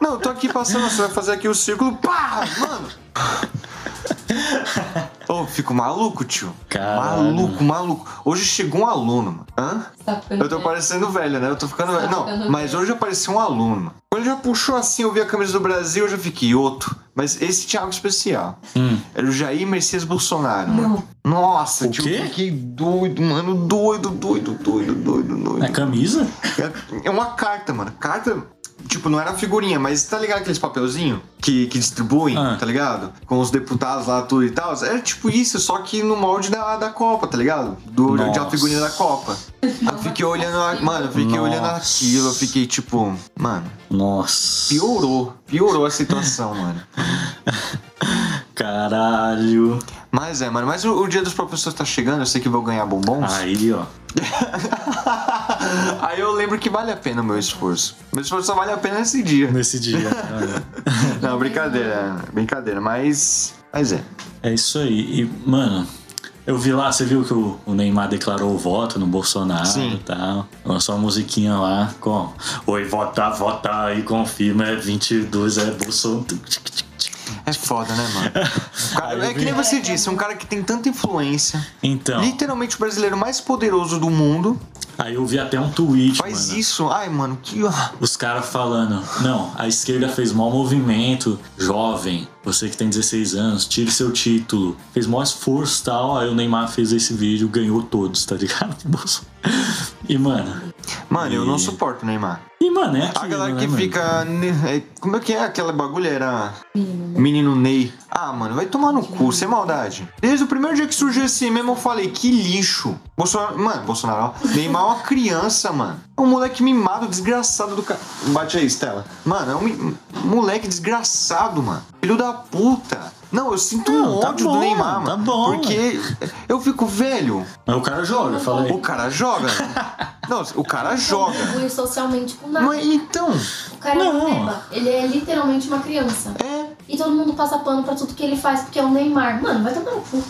B: Não, eu tô aqui passando, você vai fazer aqui o círculo, pá, mano. Ô, fico maluco, tio.
A: Caralho.
B: Maluco, maluco. Hoje chegou um aluno, mano. Hã?
C: Tá ficando
B: Eu tô
C: medo.
B: parecendo velho, né? Eu tô ficando
C: Tá
B: velho. Não,
C: ficando
B: mas hoje apareceu um aluno. Quando já puxou assim, eu vi a camisa do Brasil, eu já fiquei outro. Mas esse tinha algo especial.
A: Hum.
B: Era o Jair Messias Bolsonaro.
C: Não.
B: mano. Nossa,
A: O
B: tio,
A: quê?
B: fiquei doido, mano. Doido, doido, doido, doido, doido.
A: É camisa?
B: É uma carta, mano. Carta, tipo, não era figurinha, mas tá ligado aqueles papelzinho que, que distribuem,
A: Ah.
B: tá ligado? Com os deputados lá, tudo e tal. Era tipo isso, só que no molde da, da Copa, tá ligado? Do, de uma
A: Nossa.
B: figurinha da Copa. Eu fiquei olhando, a- mano, eu fiquei
A: Nossa.
B: olhando aquilo, eu fiquei tipo, mano,
A: Nossa.
B: piorou, piorou a situação, mano.
A: Caralho.
B: Mas é, mano, mas o, o dia dos professores tá chegando, eu sei que vou ganhar bombons.
A: Aí, ó.
B: Aí eu lembro que vale a pena o meu esforço. Meu esforço só vale a pena nesse dia.
A: Nesse dia. cara.
B: Não, brincadeira, brincadeira, mas. Mas é.
A: é isso aí. E, mano, eu vi lá, você viu que o, o Neymar declarou o voto no Bolsonaro
B: Sim.
A: e tal. Lançou uma musiquinha lá com. Oi, vota, vota e confirma, é 22, é Bolsonaro.
B: É foda, né, mano? O cara-
A: Aí Ah, eu
B: é que
A: vi-
B: nem você disse, um cara que tem tanta influência,
A: Então,
B: literalmente o brasileiro mais poderoso do mundo,
A: aí eu vi até um tweet.
B: faz
A: mano.
B: isso. Ai, mano, que.
A: Os caras falando, não, a esquerda fez mau movimento, jovem, você que tem 16 anos, tire seu título. Fez maior esforço e tal, aí o Neymar fez esse vídeo, ganhou todos, tá ligado? Bolso- E, mano,
B: Mano, eu não
A: E-
B: suporto o Neymar.
A: e, mano, é aquilo,
B: A galera
A: né,
B: que
A: mano?
B: fica. ne- é, Como é que é aquela bagulho? Era. Menino Ney. Ah, mano, vai tomar no cu, sem maldade. Desde o primeiro dia que surgiu esse meme, eu falei, que lixo. Bolsonaro. Mano, Bolsonaro. ó. Neymar é uma criança, mano. É um moleque mimado, desgraçado do cara. Bate aí, Stella. Mano, é um mi- moleque desgraçado, mano. Filho da puta. Não, eu sinto
A: Não,
B: um
A: tá
B: ódio
A: bom,
B: do Neymar, mano.
A: tá bom,
B: Porque eu fico velho.
A: Aí o cara joga, fala
B: O
A: aí.
B: cara joga. Não, o cara joga.
C: Não socialmente com nada.
B: Mas então.
C: O cara é
A: Não.
C: uma beba. Ele é literalmente uma criança.
B: É.
C: E todo mundo passa pano pra tudo que ele faz, porque é o Neymar. Mano, vai tomar no cu.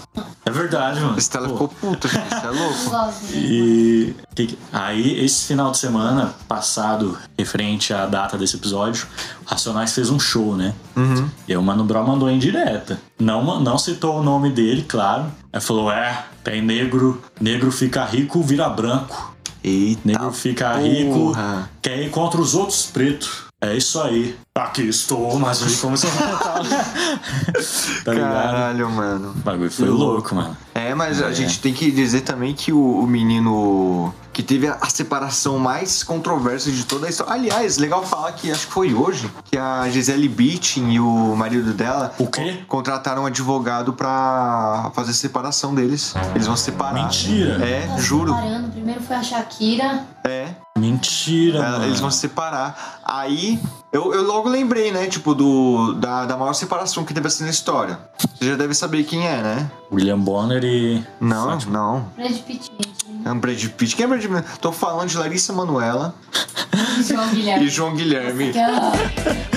A: É verdade, mano.
B: Estela
A: Pô.
B: ficou puta, gente, você é
C: Eu
B: louco?
C: gosto dele.
A: E que que- aí, esse final de semana passado, referente à data desse episódio, o Racionais fez um show, né?
B: Uhum.
A: E o Mano Brown mandou em direta. Não, ma- não citou o nome dele, claro. Aí falou: é, tem negro, negro fica rico, vira branco.
B: Eita.
A: Negro fica rico,
B: Ah, porra.
A: quer ir contra os outros pretos. É isso aí. Aqui estou, mas hoje começou a cantar. né? tá ligado?
B: Caralho, mano.
A: O bagulho foi louco, mano.
B: É, mas a gente tem que dizer também que o, o menino que teve a, a separação mais controversa de toda a história. Aliás, legal falar que acho que foi hoje que a Gisele Bündchen e o marido dela
A: O quê?
B: contrataram um advogado pra fazer a separação deles. Eles vão se separar.
A: Mentira.
B: É,
C: Tá
B: juro.
C: Comparando, primeiro foi a Shakira.
B: É.
A: Mentira,
B: Ela-
A: mano.
B: Eles vão se separar. Aí, eu, eu logo lembrei, né? Tipo, do, da, da maior separação que teve assim na história. Você já deve saber quem é, né?
A: William Bonner e.
B: Não,
A: Fátima.
B: não.
C: Brad Pitt, gente.
B: É um Brad Pitt. Quem é Brad Pitt? Tô falando de Larissa Manoela
C: João
B: e
C: Guilherme.
B: João
C: é
B: Guilherme.
C: Que-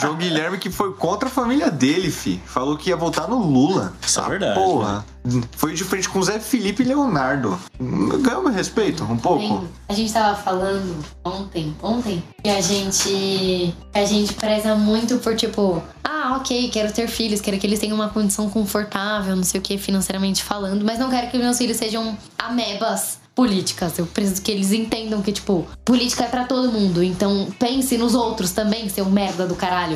B: João Guilherme que foi contra a família dele, fi. Falou que ia votar no Lula. Ah,
A: Isso é verdade, né?
B: Porra. Foi de frente com o Zé Felipe e Leonardo. Ganhou meu respeito, um pouco.
C: Bem, a gente tava falando ontem, ontem, que a gente, que a gente preza muito por tipo, ah, ok, quero ter filhos, quero que eles tenham uma condição confortável, não sei o que, financeiramente falando, mas não quero que meus filhos sejam amebas políticas. Eu preciso que eles entendam que, tipo, política é pra todo mundo, então pense nos outros também, seu merda do caralho.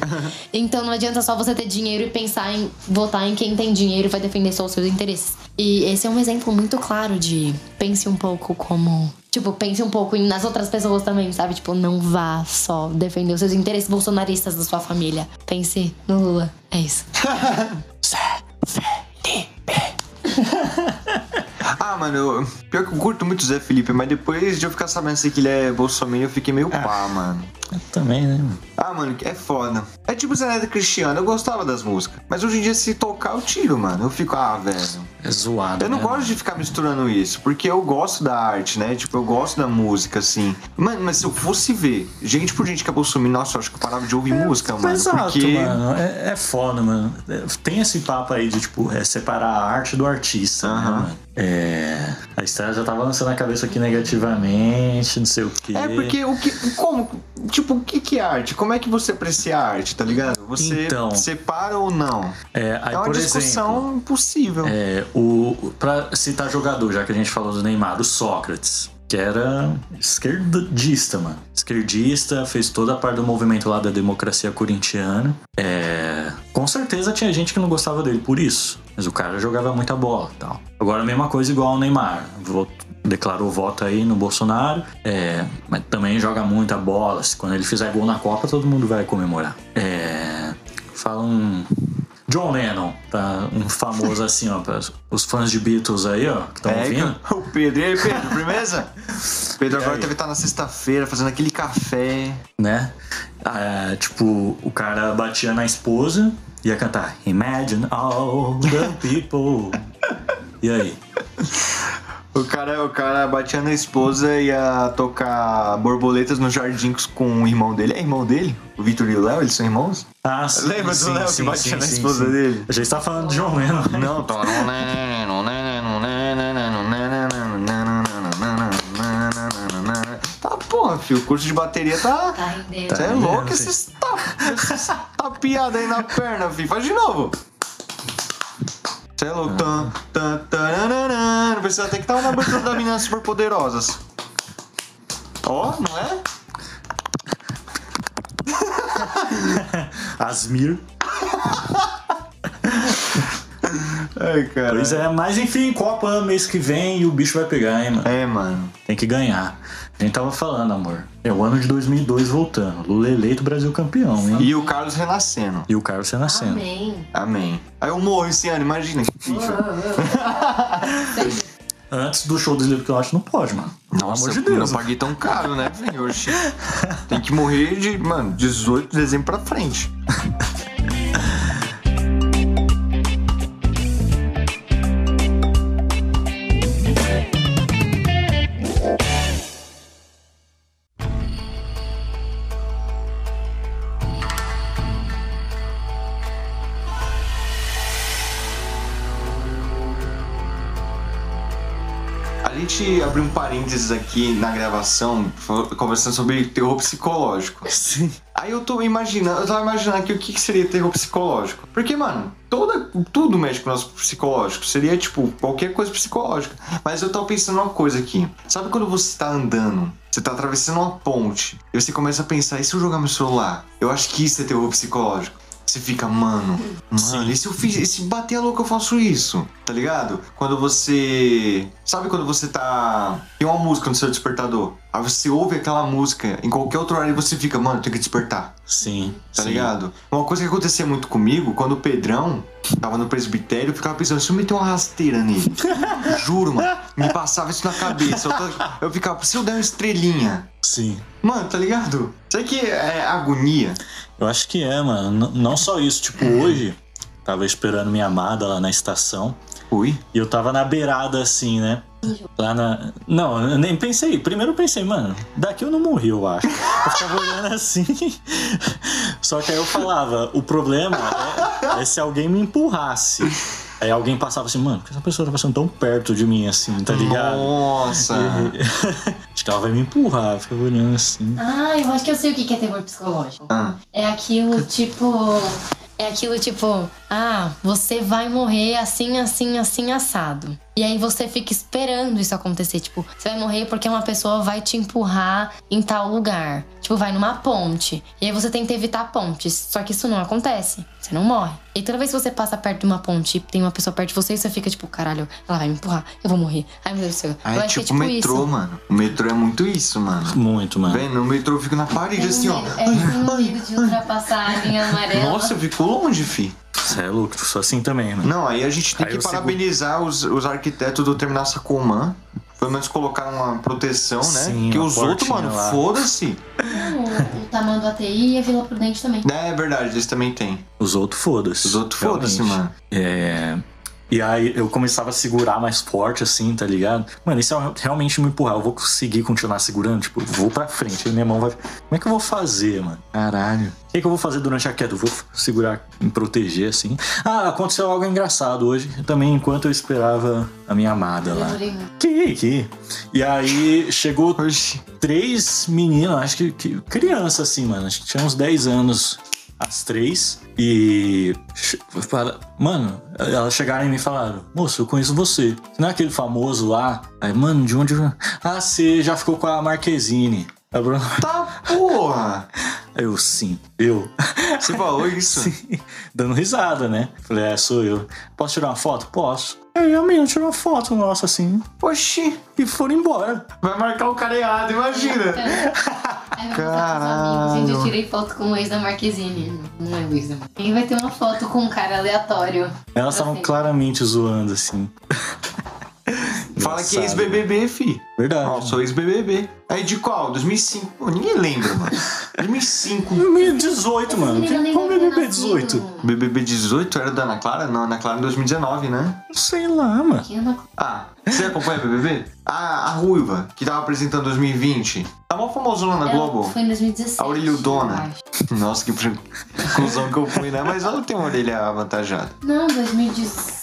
C: Então não adianta só você ter dinheiro e pensar em votar em quem tem dinheiro e vai defender só os seus interesses. E esse é um exemplo muito claro de pense um pouco como. Tipo, pense um pouco em- nas outras pessoas também, sabe? Tipo, não vá só defender os seus interesses bolsonaristas da sua família. Pense no Lula. É isso.
B: Ah, mano, eu- pior que eu curto muito o Zé Felipe, mas depois de eu ficar sabendo assim, que ele é bolsominion, eu fiquei meio pá, mano.
A: Eu também, né, mano?
B: Ah, mano, é foda. É tipo Zé Neto e Cristiano, eu gostava das músicas. Mas hoje em dia, se tocar, eu tiro, mano. Eu fico, ah, velho.
A: É zoado.
B: Eu não
A: né,
B: gosto de ficar misturando isso, porque eu gosto da arte, né? Tipo, eu gosto da música, assim. Mano, mas se eu fosse ver gente por gente que é bolsominion, nossa, eu acho que eu parava de ouvir música, mano.
A: É, Exato,
B: porque.
A: mano. É, é foda, mano. É, Tem esse papo aí de, tipo, é separar a arte do artista, né,
B: Aham.
A: mano? É. A Estela já tava lançando a cabeça aqui negativamente, não sei o quê.
B: É porque o que. Como? Tipo, o que, que é arte? Como é que você aprecia a arte, tá ligado? Você
A: Então.
B: separa ou não?
A: É, aí,
B: é uma
A: por
B: discussão
A: exemplo,
B: impossível.
A: é, o, pra citar jogador, já que a gente falou do Neymar, do Sócrates. que era esquerdista, mano. Esquerdista, fez toda a parte do movimento lá da democracia corintiana. É, Com certeza tinha gente que não gostava dele por isso. Mas o cara jogava muita bola e tal. Agora a mesma coisa igual ao Neymar. Vo- Declarou voto aí no Bolsonaro. é, Mas também joga muita bola. Se Quando ele fizer gol na Copa, todo mundo vai comemorar. É, Fala um. John Lennon, tá? Um famoso assim, ó. pra Os fãs de Beatles aí, ó, que estão
B: É,
A: ouvindo.
B: o Pedro. E aí, Pedro, firmeza? Pedro
A: E
B: agora
A: aí?
B: deve estar na sexta-feira fazendo aquele café.
A: né? Ah, tipo, o cara batia na esposa e ia cantar Imagine all the people. e aí?
B: O cara, o cara batia na esposa e ia tocar borboletas no jardim com o irmão dele. É irmão dele? O Vitor e o Léo, eles são irmãos?
A: Ah, sim,
B: Lembra do
A: sim,
B: Léo que
A: sim,
B: batia
A: sim,
B: na
A: sim,
B: esposa
A: sim.
B: dele?
A: A gente tá falando de John Lennon.
B: Não, tô. Tá, porra, filho, o curso de bateria tá.
C: Tá rendendo.
B: Você é
A: Tá,
B: louco,
A: né,
B: esses ta- esses tapeadas aí na perna, filho. Faz de novo. Você é louco. Tan, tan, tananana. Não precisa ter que estar na abertura das meninas super poderosas. Ó, não é?
A: Asmir.
B: Ai, cara.
A: Pois é, mas enfim, Copa mês que vem e o bicho vai pegar, hein, mano?
B: É, mano.
A: Tem que ganhar. A gente tava falando, amor. É o ano de 2002 voltando. Lula eleito, Brasil campeão, hein?
B: E o Carlos renascendo.
A: E o Carlos renascendo.
C: Amém.
B: Amém. Aí eu morro esse ano, imagina. que FIFA.
A: Antes do show do Slipknot não pode, mano. Pelo amor de
B: eu
A: Deus.
B: não paguei tão caro, né, velho? Oxi. Tem que morrer de, mano, 18 de dezembro pra frente. A gente abriu um parênteses aqui na gravação, fal- conversando sobre terror psicológico.
A: Sim.
B: Aí eu tô imaginando, eu tava imaginando aqui o que, que seria terror psicológico. Porque, mano, toda, tudo mexe com o nosso psicológico. Seria, tipo, qualquer coisa psicológica. Mas eu tava pensando uma coisa aqui. Sabe quando você tá andando, você tá atravessando uma ponte, e você começa a pensar, e se eu jogar meu celular? Eu acho que isso é terror psicológico. Você fica, mano, mano, e se eu fiz, e se bater a louca eu faço isso? Tá ligado? Quando você. Sabe quando você tá. Tem uma música no seu despertador. Aí você ouve aquela música em qualquer outro horário e você fica, mano, tem que despertar
A: Sim.
B: tá
A: sim.
B: ligado? Uma coisa que acontecia muito comigo, quando o Pedrão tava no presbitério, eu ficava pensando, se eu meter uma rasteira nele, juro, mano, me passava isso na cabeça. Eu, tava- eu ficava, se eu der uma estrelinha,
A: Sim.
B: mano, tá ligado? Sabe que é agonia?
A: Eu acho que é, mano. N- não só isso, tipo, hoje, tava esperando minha amada lá na estação
B: Ui.
A: e eu tava na beirada assim, né? Lá na. Não, eu nem pensei. Primeiro eu pensei, mano, daqui eu não morri, eu acho. Eu ficava olhando assim. Só que aí eu falava, o problema é, é se alguém me empurrasse. Aí alguém passava assim, mano, por que essa pessoa tá passando tão perto de mim assim, tá ligado?
B: Nossa.
A: Acho que ela vai me empurrar, eu ficava olhando assim.
C: Ah, eu acho que eu sei o que que é terror psicológico.
B: Ah,
C: É aquilo tipo. É aquilo tipo, ah, você vai morrer assim, assim, assim, assado. E aí você fica esperando isso acontecer. Tipo, você vai morrer porque uma pessoa vai te empurrar em tal lugar. Tipo, vai numa ponte. E aí você tenta evitar pontes. Só que isso não acontece. Você não morre. E toda vez que você passa perto de uma ponte e tem uma pessoa perto de você, você fica tipo, caralho, ela vai me empurrar, eu vou morrer. Ai, meu Deus do céu.
B: ah,
C: Vai
B: é
C: ser
B: tipo o metrô, mano. O metrô é muito isso, mano.
A: Muito, mano.
B: Vem, no metrô eu fico na parede assim, ó.
C: É um medo de ultrapassar a linha amarela.
B: Nossa, eu fico longe, fi.
A: Você é louco, sou assim também, mano.
B: Não, aí a gente tem
A: Aí
B: que
A: eu sigo-
B: parabenizar os, os arquitetos do Terminal Sacomã. Pelo menos colocaram uma proteção, né?
A: Sim,
B: que
A: uma
B: os outros,
A: portinha
B: mano,
A: lá.
B: foda-se.
C: O, o Tamanho do ATI e a Vila Prudente também.
B: É, é verdade, eles também têm.
A: Os outros foda-se.
B: Os outros, foda-se,
A: realmente.
B: mano.
A: É. E aí eu começava a segurar mais forte, assim, tá ligado? Mano, isso é realmente me empurrar. Eu vou conseguir continuar segurando? Tipo, eu vou pra frente. Aí minha mão vai. Como é que eu vou fazer, mano?
B: Caralho.
A: O que, é que eu vou fazer durante a queda? Eu vou segurar, me proteger, assim. Ah, aconteceu algo engraçado hoje. Também enquanto eu esperava a minha amada
C: Eu
A: lá.
C: adorei muito.
A: Que, que. E aí chegou
B: Oxi.
A: três meninas, acho que, que criança assim, mano, acho que tinha uns 10 anos. as três. E. che- fala- Mano, elas chegaram em mim e falaram: Moço, eu conheço você. Você não é aquele famoso lá? Aí, mano, de onde. Ah, você já ficou com a Marquezine. Aí o Bruno-
B: Tá porra!
A: Eu sim, eu.
B: Você falou isso?
A: Sim, dando risada, né? Falei, é, sou eu. Posso tirar uma foto? Posso. Aí a menina tirou uma foto nossa assim
B: Oxi!
A: e foram embora.
B: Vai marcar o careado, imagina!
C: Aí vai mostrar pros amigos, gente, eu tirei foto com o ex da Marquezine. Não é o ex da Marquezine. Quem vai ter uma foto com um cara aleatório?
A: Elas estavam
C: sei.
A: claramente zoando assim.
B: Fala que é
A: Engraçado.
B: ex-BBB, fi.
A: Verdade.
B: Ó, sou ex-BBB. Aí É de qual? 2005? Pô, ninguém lembra, mano. 2005.
A: 2018, mano.
C: Menina nem
A: Qual
C: vai ter
A: BBB
C: nascido.
A: 18?
B: BBB 18 era da Ana Clara? Não, Ana Clara é em 2019, né?
A: Sei lá, mano.
C: Que ano-
B: Ah, você acompanha BBB? Ah, a Ruiva, que tava apresentando 2020. Tá mó famosona na
C: Ela
B: Globo.
C: Foi em 2016.
B: Aurelio Dona.
C: eu acho.
B: Nossa, que conclusão que eu fui, né? Mas ela tem uma orelha avantajada.
C: Não, 2010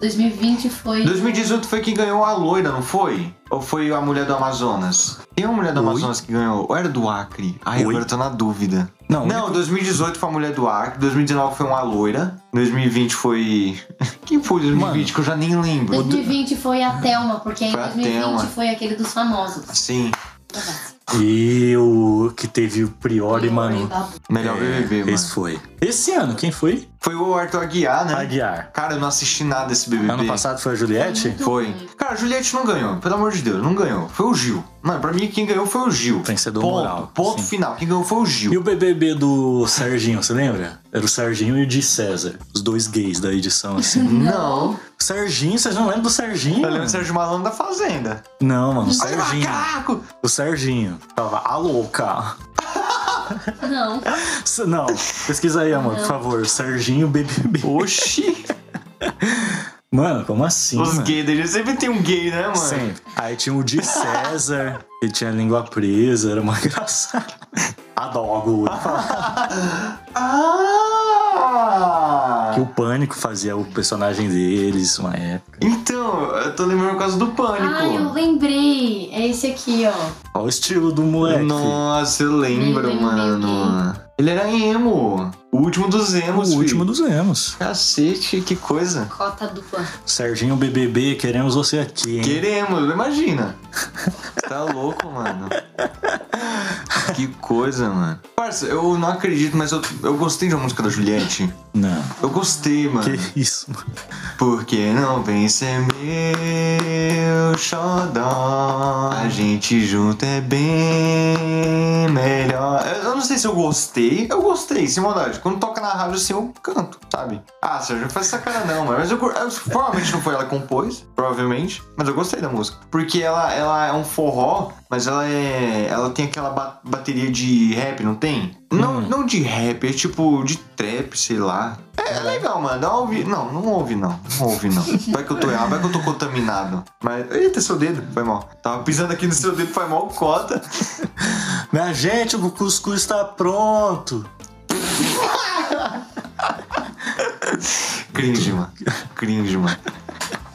C: 2020 foi.
B: 2018 foi quem ganhou a loira, não foi? Ou foi a mulher do Amazonas? Tem uma mulher do
A: Oi?
B: Amazonas que ganhou? Ou era do Acre? Ai,
A: Oi?
B: agora eu tô na dúvida.
A: Não,
B: Não, 2018 foi a mulher do Acre, 2019 foi uma loira, 2020 foi. Quem foi 2020
A: Mano.
B: que eu já nem lembro?
C: 2020 foi a Thelma, porque em
B: Foi a
C: 2020
B: Thelma.
C: foi aquele dos famosos.
B: Sim,
A: E o que teve o Priori, mano.
C: Babu.
B: melhor BBB, mano.
A: É, Esse foi. Esse ano, quem foi?
B: Foi o Arthur Aguiar, né?
A: Aguiar.
B: Cara, eu não assisti nada desse BBB.
A: Ano passado foi a Juliette?
B: Foi. Cara, a Juliette não ganhou, pelo amor de Deus, não ganhou. Foi o Gil. Mano, pra mim quem ganhou foi o Gil.
A: Vencedor
B: ponto,
A: moral,
B: Ponto
A: sim.
B: final. Quem ganhou foi o Gil.
A: E o BBB do Serginho, você lembra? Era o Serginho e o de César. Os dois gays da edição, assim.
B: Não.
A: Serginho, vocês não lembram do Serginho?
B: Eu lembro do Sérgio Malandro da Fazenda.
A: Não, mano, o
B: Olha o
A: Serginho.
B: macaco!
A: O Serginho. Tava, a louca.
C: Não.
A: S- Não, pesquisa aí, amor, por favor. Serginho BBB.
B: Oxi!
A: Mano, como assim?
B: Os
A: mano?
B: gays dele sempre tem um gay, né, mano?
A: Sim. Aí tinha o de César, que tinha a língua presa, era uma engraçada. Adogo.
B: Ah!
A: Que o pânico fazia o personagem deles uma época.
B: Então, eu tô lembrando por causa do
C: Ah, eu
B: pânico.
C: lembrei. É esse aqui, ó.
A: Olha o estilo do moleque.
B: Nossa, eu
C: Meio
B: lembro,
C: gay, meio
B: mano. Ele era emo. O último dos emos,
A: O
B: fi.
A: último dos Emos.
B: Cacete, que coisa.
C: Cota dupla.
A: Serginho BBB, queremos você aqui, hein?
B: Queremos, imagina. Você tá louco, mano. Que coisa, mano. Parça, eu não acredito, mas eu, eu gostei de uma música da Juliette.
A: Não.
B: Eu gostei, mano.
A: Que isso, mano.
B: Porque não vem ser meu xodó. A gente junto é bem melhor. Eu eu não sei se eu gostei. Eu gostei, sem maldade. Quando toca na rádio assim, eu canto, sabe? Ah, Sérgio, não faz essa cara não, mano. Mas eu, cur- eu- provavelmente não foi ela que compôs, provavelmente. Mas eu gostei da música. Porque ela, ela é um forró, mas ela é. Ela tem aquela ba- bateria de rap, não tem? Não, não de rap, é tipo de trap, sei lá. É legal, mano. Dá uma ouvi... Não, não ouve não. Não ouve não. Vai que eu tô errado, vai que eu tô contaminado. Mas. Eita, seu dedo. Foi mal. Tava pisando aqui no seu dedo, foi mal cota.
A: Minha gente, o cuscuz tá pronto.
B: Cringe, mano. Cringe, mano.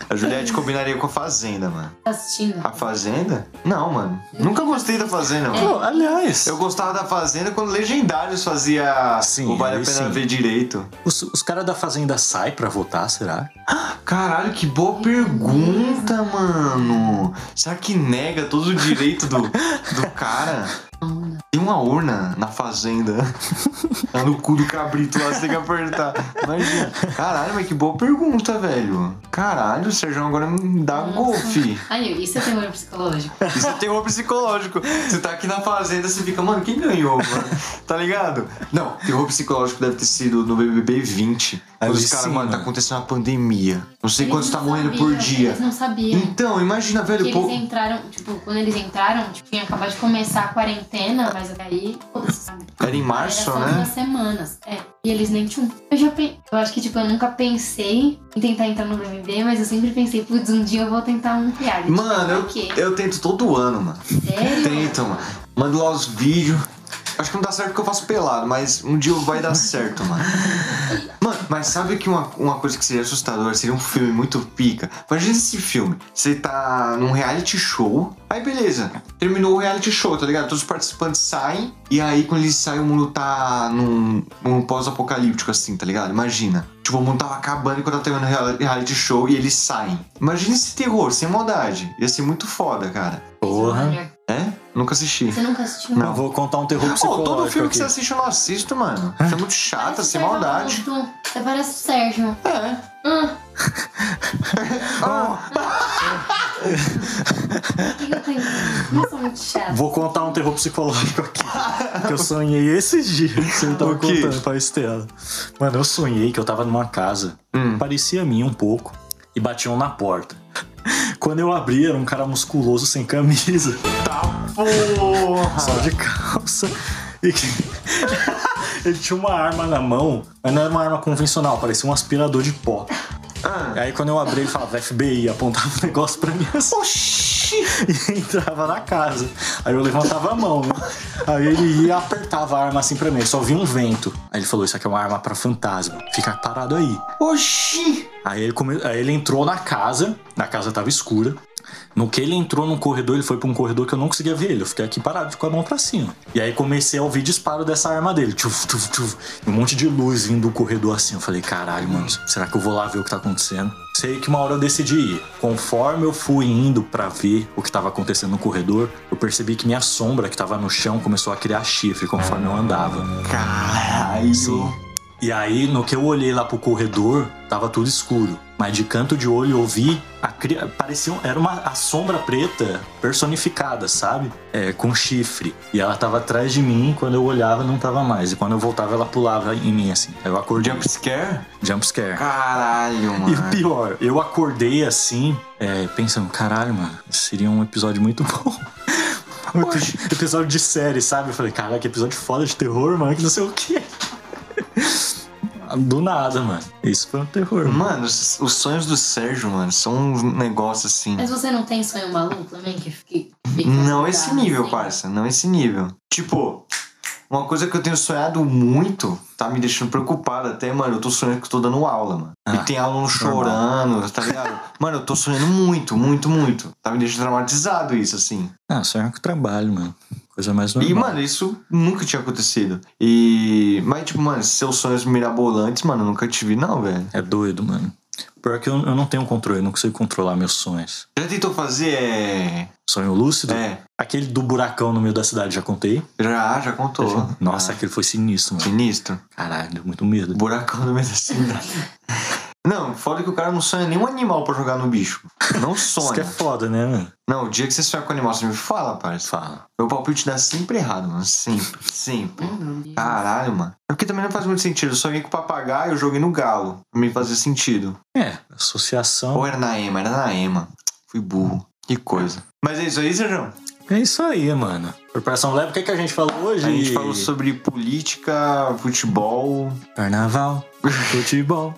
B: A Juliette combinaria com a Fazenda, mano.
C: Tá assistindo?
B: A Fazenda? Não, mano. Nunca gostei da Fazenda, mano.
A: Pô, aliás,
B: Eu gostava da Fazenda quando Legendários fazia
A: Sim,
B: o Vale a
A: aí
B: Pena
A: sim.
B: Ver Direito.
A: os, os caras da Fazenda saem pra votar, será?
B: Caralho, que boa pergunta, mano. Será que nega todo o direito do, do cara? Tem uma urna na fazenda. Tá no cu do cabrito lá, você tem que apertar. Imagina. Caralho, mas que boa pergunta, velho. Caralho, o Sérgio agora me dá golfe.
C: Ai, isso é terror psicológico.
B: Isso é terror psicológico. Você tá aqui na fazenda, você fica, mano, quem ganhou, mano? Tá ligado? Não, terror psicológico deve ter sido no BBB 20.
A: Aí
B: Os
A: sim,
B: caras, mano, tá
A: mano.
B: acontecendo uma pandemia. Não sei
C: Eles
B: quantos tá
C: não
B: morrendo
C: sabiam,
B: por dia.
C: Eles não sabiam.
B: Então, imagina,
C: Que
B: velho,
C: eles
B: pô.
C: entraram, tipo, quando eles entraram, tipo, tinha acabado de começar a quarentena, mas até aí. foda-se, sabe?
B: Era em março,
C: Era só
B: né?
C: duas semanas. É. E eles nem tinham. Eu já pe... Eu acho que, tipo, eu nunca pensei em tentar entrar no BBB, mas eu sempre pensei, putz, um dia eu vou tentar um reality.
B: Mano,
C: O quê?
B: eu, eu tento todo ano, então, mano.
C: Sério?
B: Tento, mano. Mando lá os vídeos. Acho que não dá certo porque eu faço pelado, mas um dia vai dar certo, mano. Mano, mas sabe que uma, uma coisa que seria assustadora seria um filme muito pica? Imagina esse filme. Você tá num reality show, aí beleza. Terminou o reality show, tá ligado? Todos os participantes saem, e aí quando eles saem, o mundo tá num, num pós-apocalíptico, assim, tá ligado? Imagina. Tipo, o mundo tava acabando enquanto tava terminando o real- reality show e eles saem. Imagina esse terror, sem maldade. Ia ser muito foda, cara.
A: Porra.
B: É? Nunca assisti.
C: Você nunca assistiu?
A: Não. Eu vou contar um terror
B: Pô,
A: psicológico
B: todo filme
A: aqui.
B: que você assiste eu não assisto, mano. Você é muito chata,
C: Parece
B: sem
C: o Sérgio
B: maldade.
C: Augusto. Você parece o Sérgio.
B: É.
C: Hum,
B: Ah,
C: o que que eu tenho? Eu sou muito chato.
A: Vou contar um terror psicológico aqui. que eu sonhei esses dias. Você me tava
B: O quê?
A: contando pra Estela. Mano, eu sonhei que eu tava numa casa.
B: Hum.
A: Parecia a minha um pouco. E batiam na porta. Quando eu abri, era um cara musculoso sem camisa.
B: porra.
A: Só de calça. E que... Ele tinha uma arma na mão, mas não era uma arma convencional, parecia um aspirador de pó.
B: Ah.
A: Aí quando eu abri, ele falava FBI, apontava o negócio pra mim assim.
B: Oxi.
A: e entrava na casa. Aí eu levantava a mão, né? Aí ele ia e apertava a arma assim pra mim. Eu só vi um vento. Aí ele falou: Isso aqui é uma arma pra fantasma. Fica parado aí.
B: Oxi.
A: Aí ele, come- aí ele entrou na casa, na casa tava escura. No que ele entrou num corredor, ele foi pra um corredor que eu não conseguia ver ele. Eu fiquei aqui parado, com a mão pra cima. E aí comecei a ouvir disparo dessa arma dele. Tchuf, tchuf, tchuf. E um monte de luz vindo do corredor assim. Eu falei, caralho, mano, será que eu vou lá ver o que tá acontecendo? Sei que uma hora eu decidi ir. Conforme eu fui indo pra ver o que tava acontecendo no corredor, eu percebi que minha sombra que tava no chão começou a criar chifre conforme eu andava.
B: Caralho.
A: E aí, no que eu olhei lá pro corredor, tava tudo escuro. Mas de canto de olho eu vi, a cri- parecia um- era uma a sombra preta personificada, sabe? É, com chifre. E ela tava atrás de mim, quando eu olhava não tava mais. E quando eu voltava ela pulava em mim, assim. Aí eu acordei. Jump,
B: Jumpscare?
A: scare.
B: Caralho,
A: E
B: mano.
A: o pior, eu acordei assim, é, pensando, caralho, mano, seria um episódio muito bom. Um
B: Oxe.
A: episódio de série, sabe? Eu falei, caralho, que episódio foda de terror, mano, que não sei o quê. Do nada, mano. Isso foi um terror, mano.
B: Mano, os os sonhos do Sérgio, mano, são um negócio assim.
C: Mas você não tem sonho maluco também? Que, que fica
B: Não
C: acordado,
B: esse nível,
C: assim?
B: parça. Não esse nível. Tipo, uma coisa que eu tenho sonhado muito, tá me deixando preocupado até, mano. Eu tô sonhando que eu tô dando aula, mano.
A: Ah,
B: e tem aluno chorando, tá ligado? mano, eu tô sonhando muito, muito, muito. Tá me deixando traumatizado isso, assim.
A: Ah, sonhar com trabalho, mano. Coisa mais normal.
B: E, mano, isso nunca tinha acontecido. E. Mas, tipo, mano, seus sonhos mirabolantes, mano, eu nunca tive, não, velho.
A: É doido, mano. Pior que eu, eu não tenho controle, eu não consigo controlar meus sonhos.
B: Já tentou fazer, é.
A: Sonho lúcido?
B: É.
A: Aquele do buracão no meio da cidade, já contei?
B: Já, já contou.
A: Nossa,
B: Ah,
A: aquele foi sinistro, mano.
B: sinistro.
A: Caralho, deu muito medo.
B: Buracão no meio da cidade. Não, foda que o cara não sonha nenhum animal pra jogar no bicho. Não
A: Isso que é
B: sonha.
A: foda, né, mano?
B: Não, o dia que você sonha com animal, você me fala, parça.
A: Fala.
B: Meu palpite dá sempre errado, mano. Sempre, sempre.
C: Hum,
B: Caralho, mano. É porque também não faz muito sentido. Eu sonhei com o papagaio, eu joguei no galo. Pra mim fazer sentido.
A: É, associação.
B: Ou era na Ema, era na Ema. Fui burro. Que coisa. Mas é isso aí, Sérgio.
A: É isso aí, mano. Corporação Leve, o que, que a gente falou hoje?
B: A gente falou sobre política, futebol.
A: Carnaval, futebol.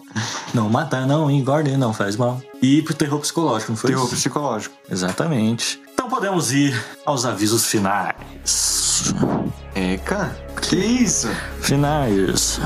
A: não mata, não engorde, não faz mal. E pro terror psicológico, não foi
B: Terror
A: isso?
B: psicológico.
A: Exatamente. Então podemos ir aos avisos finais.
B: É, cara. Que isso?
A: Finais.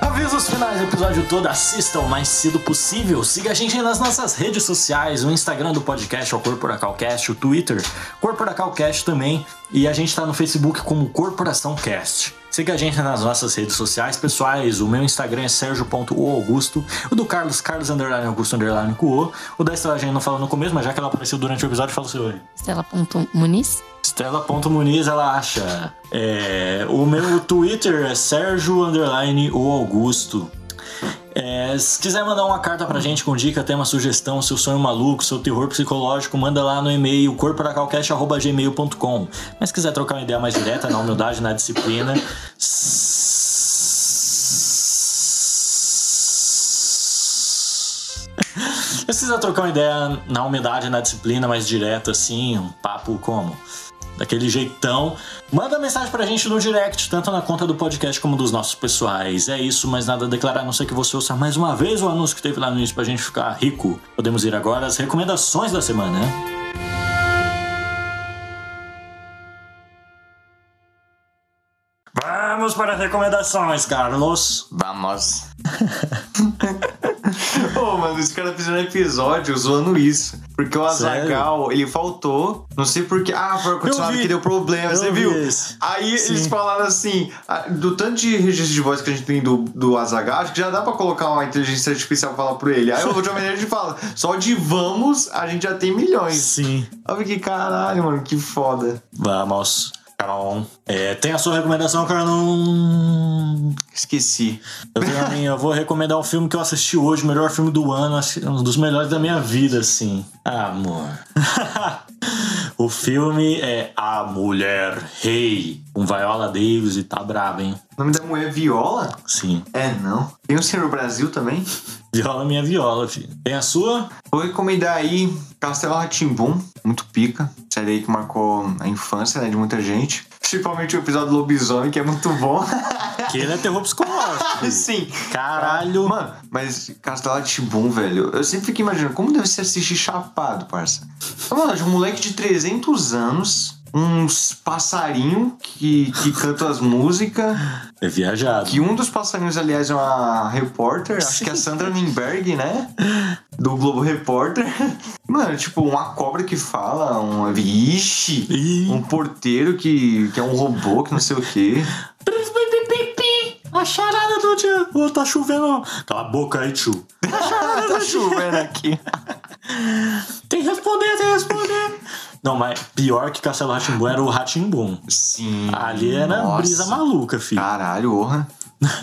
A: Avisos finais do episódio todo, assista o mais cedo possível. Siga a gente nas nossas redes sociais, o Instagram do podcast é o Corporacalcast, o Twitter, Corporacalcast também, e a gente tá no Facebook como Corporação Cast. Siga a gente nas nossas redes sociais pessoais, o meu Instagram é sergio.oaugusto, o do Carlos, carlos underline augusto underline com o, o da Estela a gente não falou no começo, mas já que ela apareceu durante o episódio, fala o seu aí.
C: Estela Ponto Muniz?
A: Estela.muniz, ela acha. É, o meu Twitter é Sérgio Underline o Augusto. É, se quiser mandar uma carta pra gente com dica, tema, sugestão, seu sonho maluco, seu terror psicológico, manda lá no e-mail corporacalcast.gmail.com. Mas se quiser trocar uma ideia mais direta, na humildade, na disciplina. s- Se quiser trocar uma ideia na humildade, na disciplina mais direta, assim, um papo como? daquele jeitão. Manda mensagem pra gente no direct, tanto na conta do podcast como dos nossos pessoais. É isso, mas nada a declarar, a não ser que você ouça mais uma vez o anúncio que teve lá no início pra gente ficar rico. Podemos ir agora às recomendações da semana. Vamos para as recomendações, Carlos.
B: Vamos. Pô, mano, os caras fizeram um episódio zoando isso. Porque o
A: Sério?
B: Azagal, ele faltou. Não sei porquê. Ah, foi continuado
A: vi.
B: que deu problema,
A: Eu
B: você
A: vi
B: viu?
A: esse.
B: Aí
A: Sim.
B: eles falaram assim: ah, do tanto de registro de voz que a gente tem do, do Azagal, acho que já dá pra colocar uma inteligência artificial pra falar por ele. Aí o John Maynard fala: só de vamos a gente já tem milhões.
A: Sim.
B: Aí eu fiquei, caralho, mano, que foda.
A: Vamos. Carlão. É, tem a sua recomendação, Carlão?
B: Esqueci.
A: Eu, tenho a minha, eu vou recomendar um filme que eu assisti hoje, o melhor filme do ano, acho que um dos melhores da minha vida, assim. Ah, Amor. o filme é A Mulher Rei, com Viola Davis e tá brava, hein?
B: O nome da mulher é Viola?
A: Sim.
B: É, não. Tem um Senhor Brasil também?
A: Viola é minha viola, filho. Tem a sua?
B: Vou recomendar aí Castelo Ratimbum, muito pica. Série aí que marcou a infância né, de muita gente. Principalmente o episódio do lobisomem, que é muito bom.
A: Que ele é terror psicológico. filho.
B: Sim.
A: Caralho.
B: Mano, mas Castelo Ratimbum, velho, eu sempre fico imaginando como deve ser assistir chapado, parça. Mano, de um moleque de 300 anos, uns passarinho que, que canta as músicas,
A: É viajado.
B: que um dos passarinhos, aliás, é uma repórter, acho que é a Sandra Lindberg, né? Do Globo Repórter. Mano, tipo, uma cobra que fala, um. Vixe!
A: Ih.
B: Um porteiro que, que é um robô, que não sei o quê.
A: A charada do dia. Ô, tá chovendo. Cala a boca aí, tio.
B: tá chovendo aqui.
A: Tem que responder, tem que responder. Não, mas pior que Castelo Ratimbum era o Ratimbum.
B: Sim.
A: Ali era
B: nossa. Ah.
A: brisa maluca, filho.
B: Caralho, orra.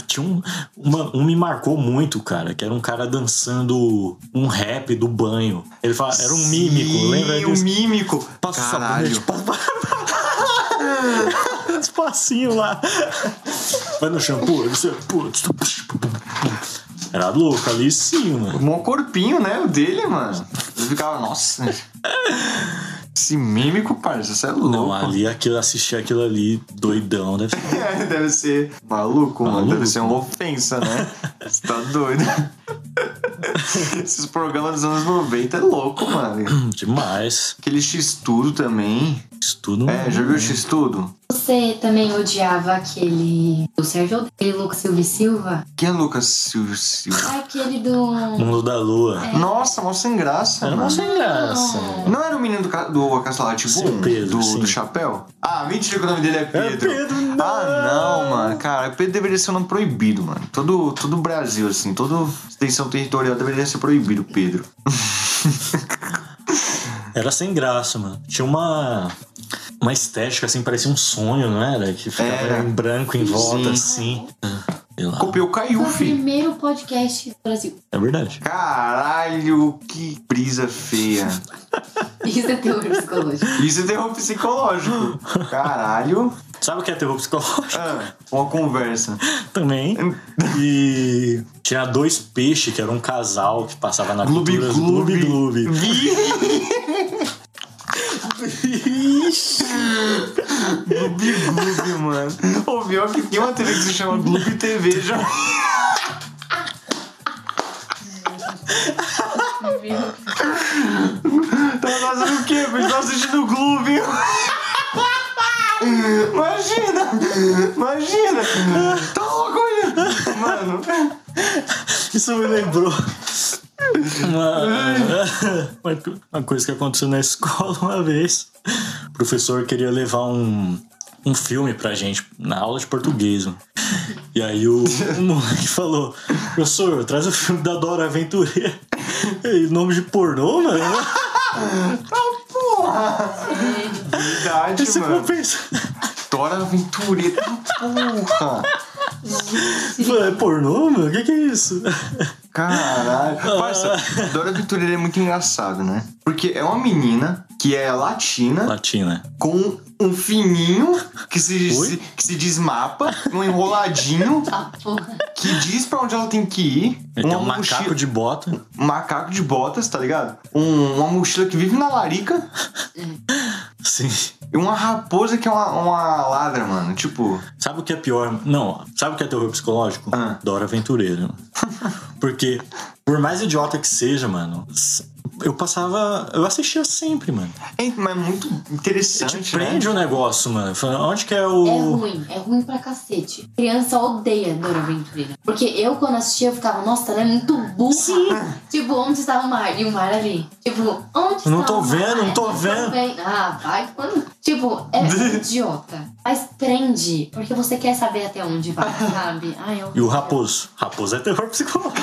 A: Tinha um, uma- um me marcou muito, cara, que era um cara dançando um rap do banho. Ele fala, era um mímico,
B: Sim,
A: lembra
B: Um
A: disso?
B: mímico.
A: Passa o
B: Caralho.
A: sabonete, passa- Os passinhos Um lá. Vai no shampoo, no shampoo. Era louco ali sim, mano.
B: Mó corpinho, né? O dele, mano. Eu ficava, nossa. Esse mímico, parça, você é louco.
A: Não, ali aquilo, assistir aquilo ali, doidão, deve ser.
B: É, deve ser maluco, mano.
A: Maluco.
B: Deve ser uma ofensa, né? Você tá doido. Esses programas dos anos 90 é louco, mano.
A: Demais.
B: Aquele X-Tudo também.
A: Isso tudo.
B: É, já viu o X-Tudo?
C: Você também odiava aquele. O Sérgio odeia o Lucas Silva e Silva?
B: Quem é Lucas Silva? Silva?
C: Ah, Aquele do.
A: Mundo da Lua.
B: Nossa, mó sem graça,
A: Era uma
B: mano.
A: sem graça.
B: Não era o menino do, ca- do Castellati
A: Sim,
B: Boom?
A: Pedro,
B: tipo, um do,
A: sim.
B: do chapéu? Ah, mentira que o nome dele é Pedro.
A: Pedro, não.
B: Ah, não, mano. Cara, o Pedro deveria ser um nome proibido, mano. Todo, todo o Brasil, assim, toda extensão territorial deveria ser proibido, Pedro.
A: Era sem graça, mano. Tinha uma. Uma estética assim, parecia um sonho, não era? Que ficava
B: Era.
A: em branco em volta, assim. Sei lá.
B: Copiou o Caiu,
C: Foi o
B: filho.
C: primeiro podcast do Brasil.
A: É verdade.
B: Caralho, que brisa feia.
C: Isso é terror psicológico.
B: Isso é terror psicológico. Caralho.
A: Sabe o que é terror psicológico
B: Ah, uma conversa.
A: também?
B: Hum.
A: E tinha dois peixes que era um casal que passava na
B: Gloob
A: cultura. Gloob
B: Gloob.
A: Gloob.
B: Gloob Gloob, mano. Ô, pior é que tem uma TV que se chama Gloob TV já. Tá Tava fazendo o quê? Porque tava assistindo o Gloob. Imagina! Imagina! Tá louco isso? Mano,
A: Isso me lembrou. Uma, uma- uma coisa que aconteceu na escola uma vez. O professor queria levar um, um filme pra gente na aula de português. mano. E aí o, o moleque falou: Professor, traz o filme da Dora Aventureira. E nome de pornô, mano?
B: porra! Vida verdade,
A: Se for
B: mano.
A: pensar.
B: Dora Aventureira, porra.
A: É pornô, mano? O que, que é isso?
B: Caralho. Parça, Dora Aventureira é muito engraçado, né? Porque é uma menina que é latina,
A: Latina.
B: com um fininho que se,
A: Oi?
B: se- que se desmapa, um enroladinho
D: Tá, porra.
B: que diz pra onde ela tem que ir.
A: Ele tem um
B: mochila-
A: macaco de bota.
B: um macaco de botas, tá ligado? Um- uma mochila que vive na larica
A: Sim.
B: e uma raposa que é uma, uma ladra, mano. Tipo,
A: Sabe o que é pior? Não, sabe o que é terror psicológico?
B: Ah.
A: Dora Aventureira. Porque, por mais idiota que seja, mano, s- eu passava. Eu assistia sempre, mano.
B: é, mas é muito interessante,
A: Te
B: né?
A: prende o negócio, mano. Fala, Onde que é o.
C: É ruim, é ruim pra cacete. Criança odeia Dora Aventureira. Porque eu, quando assistia, eu ficava, nossa, ela é muito burra. Tipo, onde está o mar? E o mar ali. Tipo, onde
A: Não
C: está
A: tô
C: o mar?
A: vendo, não tô vendo.
C: bem. Ah, vai quando. Tipo, é idiota. Mas prende, porque você quer saber até onde vai, sabe? Ai, eu...
A: E o raposo? Raposo é terror psicológico.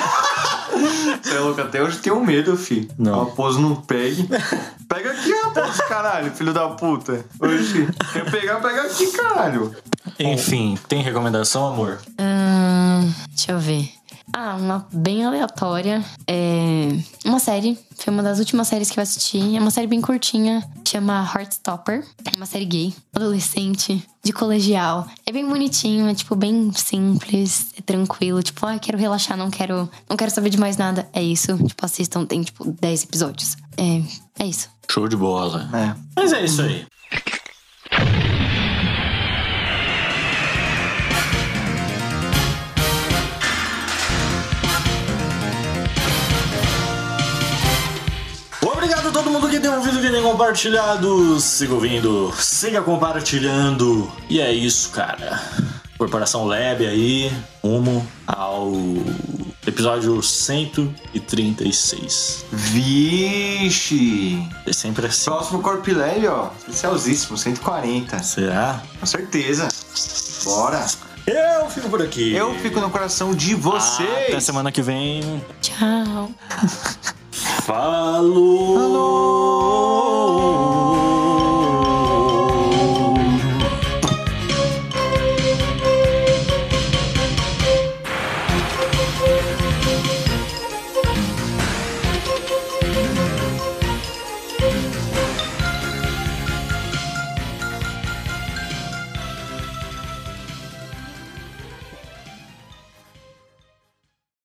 B: Você é louco, até hoje eu tenho medo, fi.
A: Não.
B: Raposo não pegue. Pega aqui, raposo, caralho, filho da puta. Oxi, quer pegar, pega aqui, caralho.
A: Enfim, tem recomendação, amor?
C: Ahn, deixa eu ver. Ah, uma bem aleatória. É uma série. Foi uma das últimas séries que eu assisti. É uma série bem curtinha. Chama Heartstopper. É uma série gay, adolescente, de colegial. É bem bonitinho, é tipo bem simples, é tranquilo. Tipo, ah, quero relaxar, não quero, não quero saber de mais nada. É isso. Tipo, assistam, tem tipo 10 episódios. É, é isso.
A: Show de bola.
B: É.
A: Mas é isso aí. Obrigado a todo mundo que tem ouvido, que tem compartilhado. Siga ouvindo, siga compartilhando. E é isso, cara. Corporação Lab aí, rumo ao episódio 136.
B: Vixe.
A: É sempre assim.
B: Próximo Corpilelli, ó. Especialzíssimo, 140.
A: Será?
B: Com certeza. Bora.
A: Eu fico por aqui.
B: Eu fico no coração de
A: Ah,
B: vocês.
A: Até semana que vem.
C: Tchau.
A: Falou!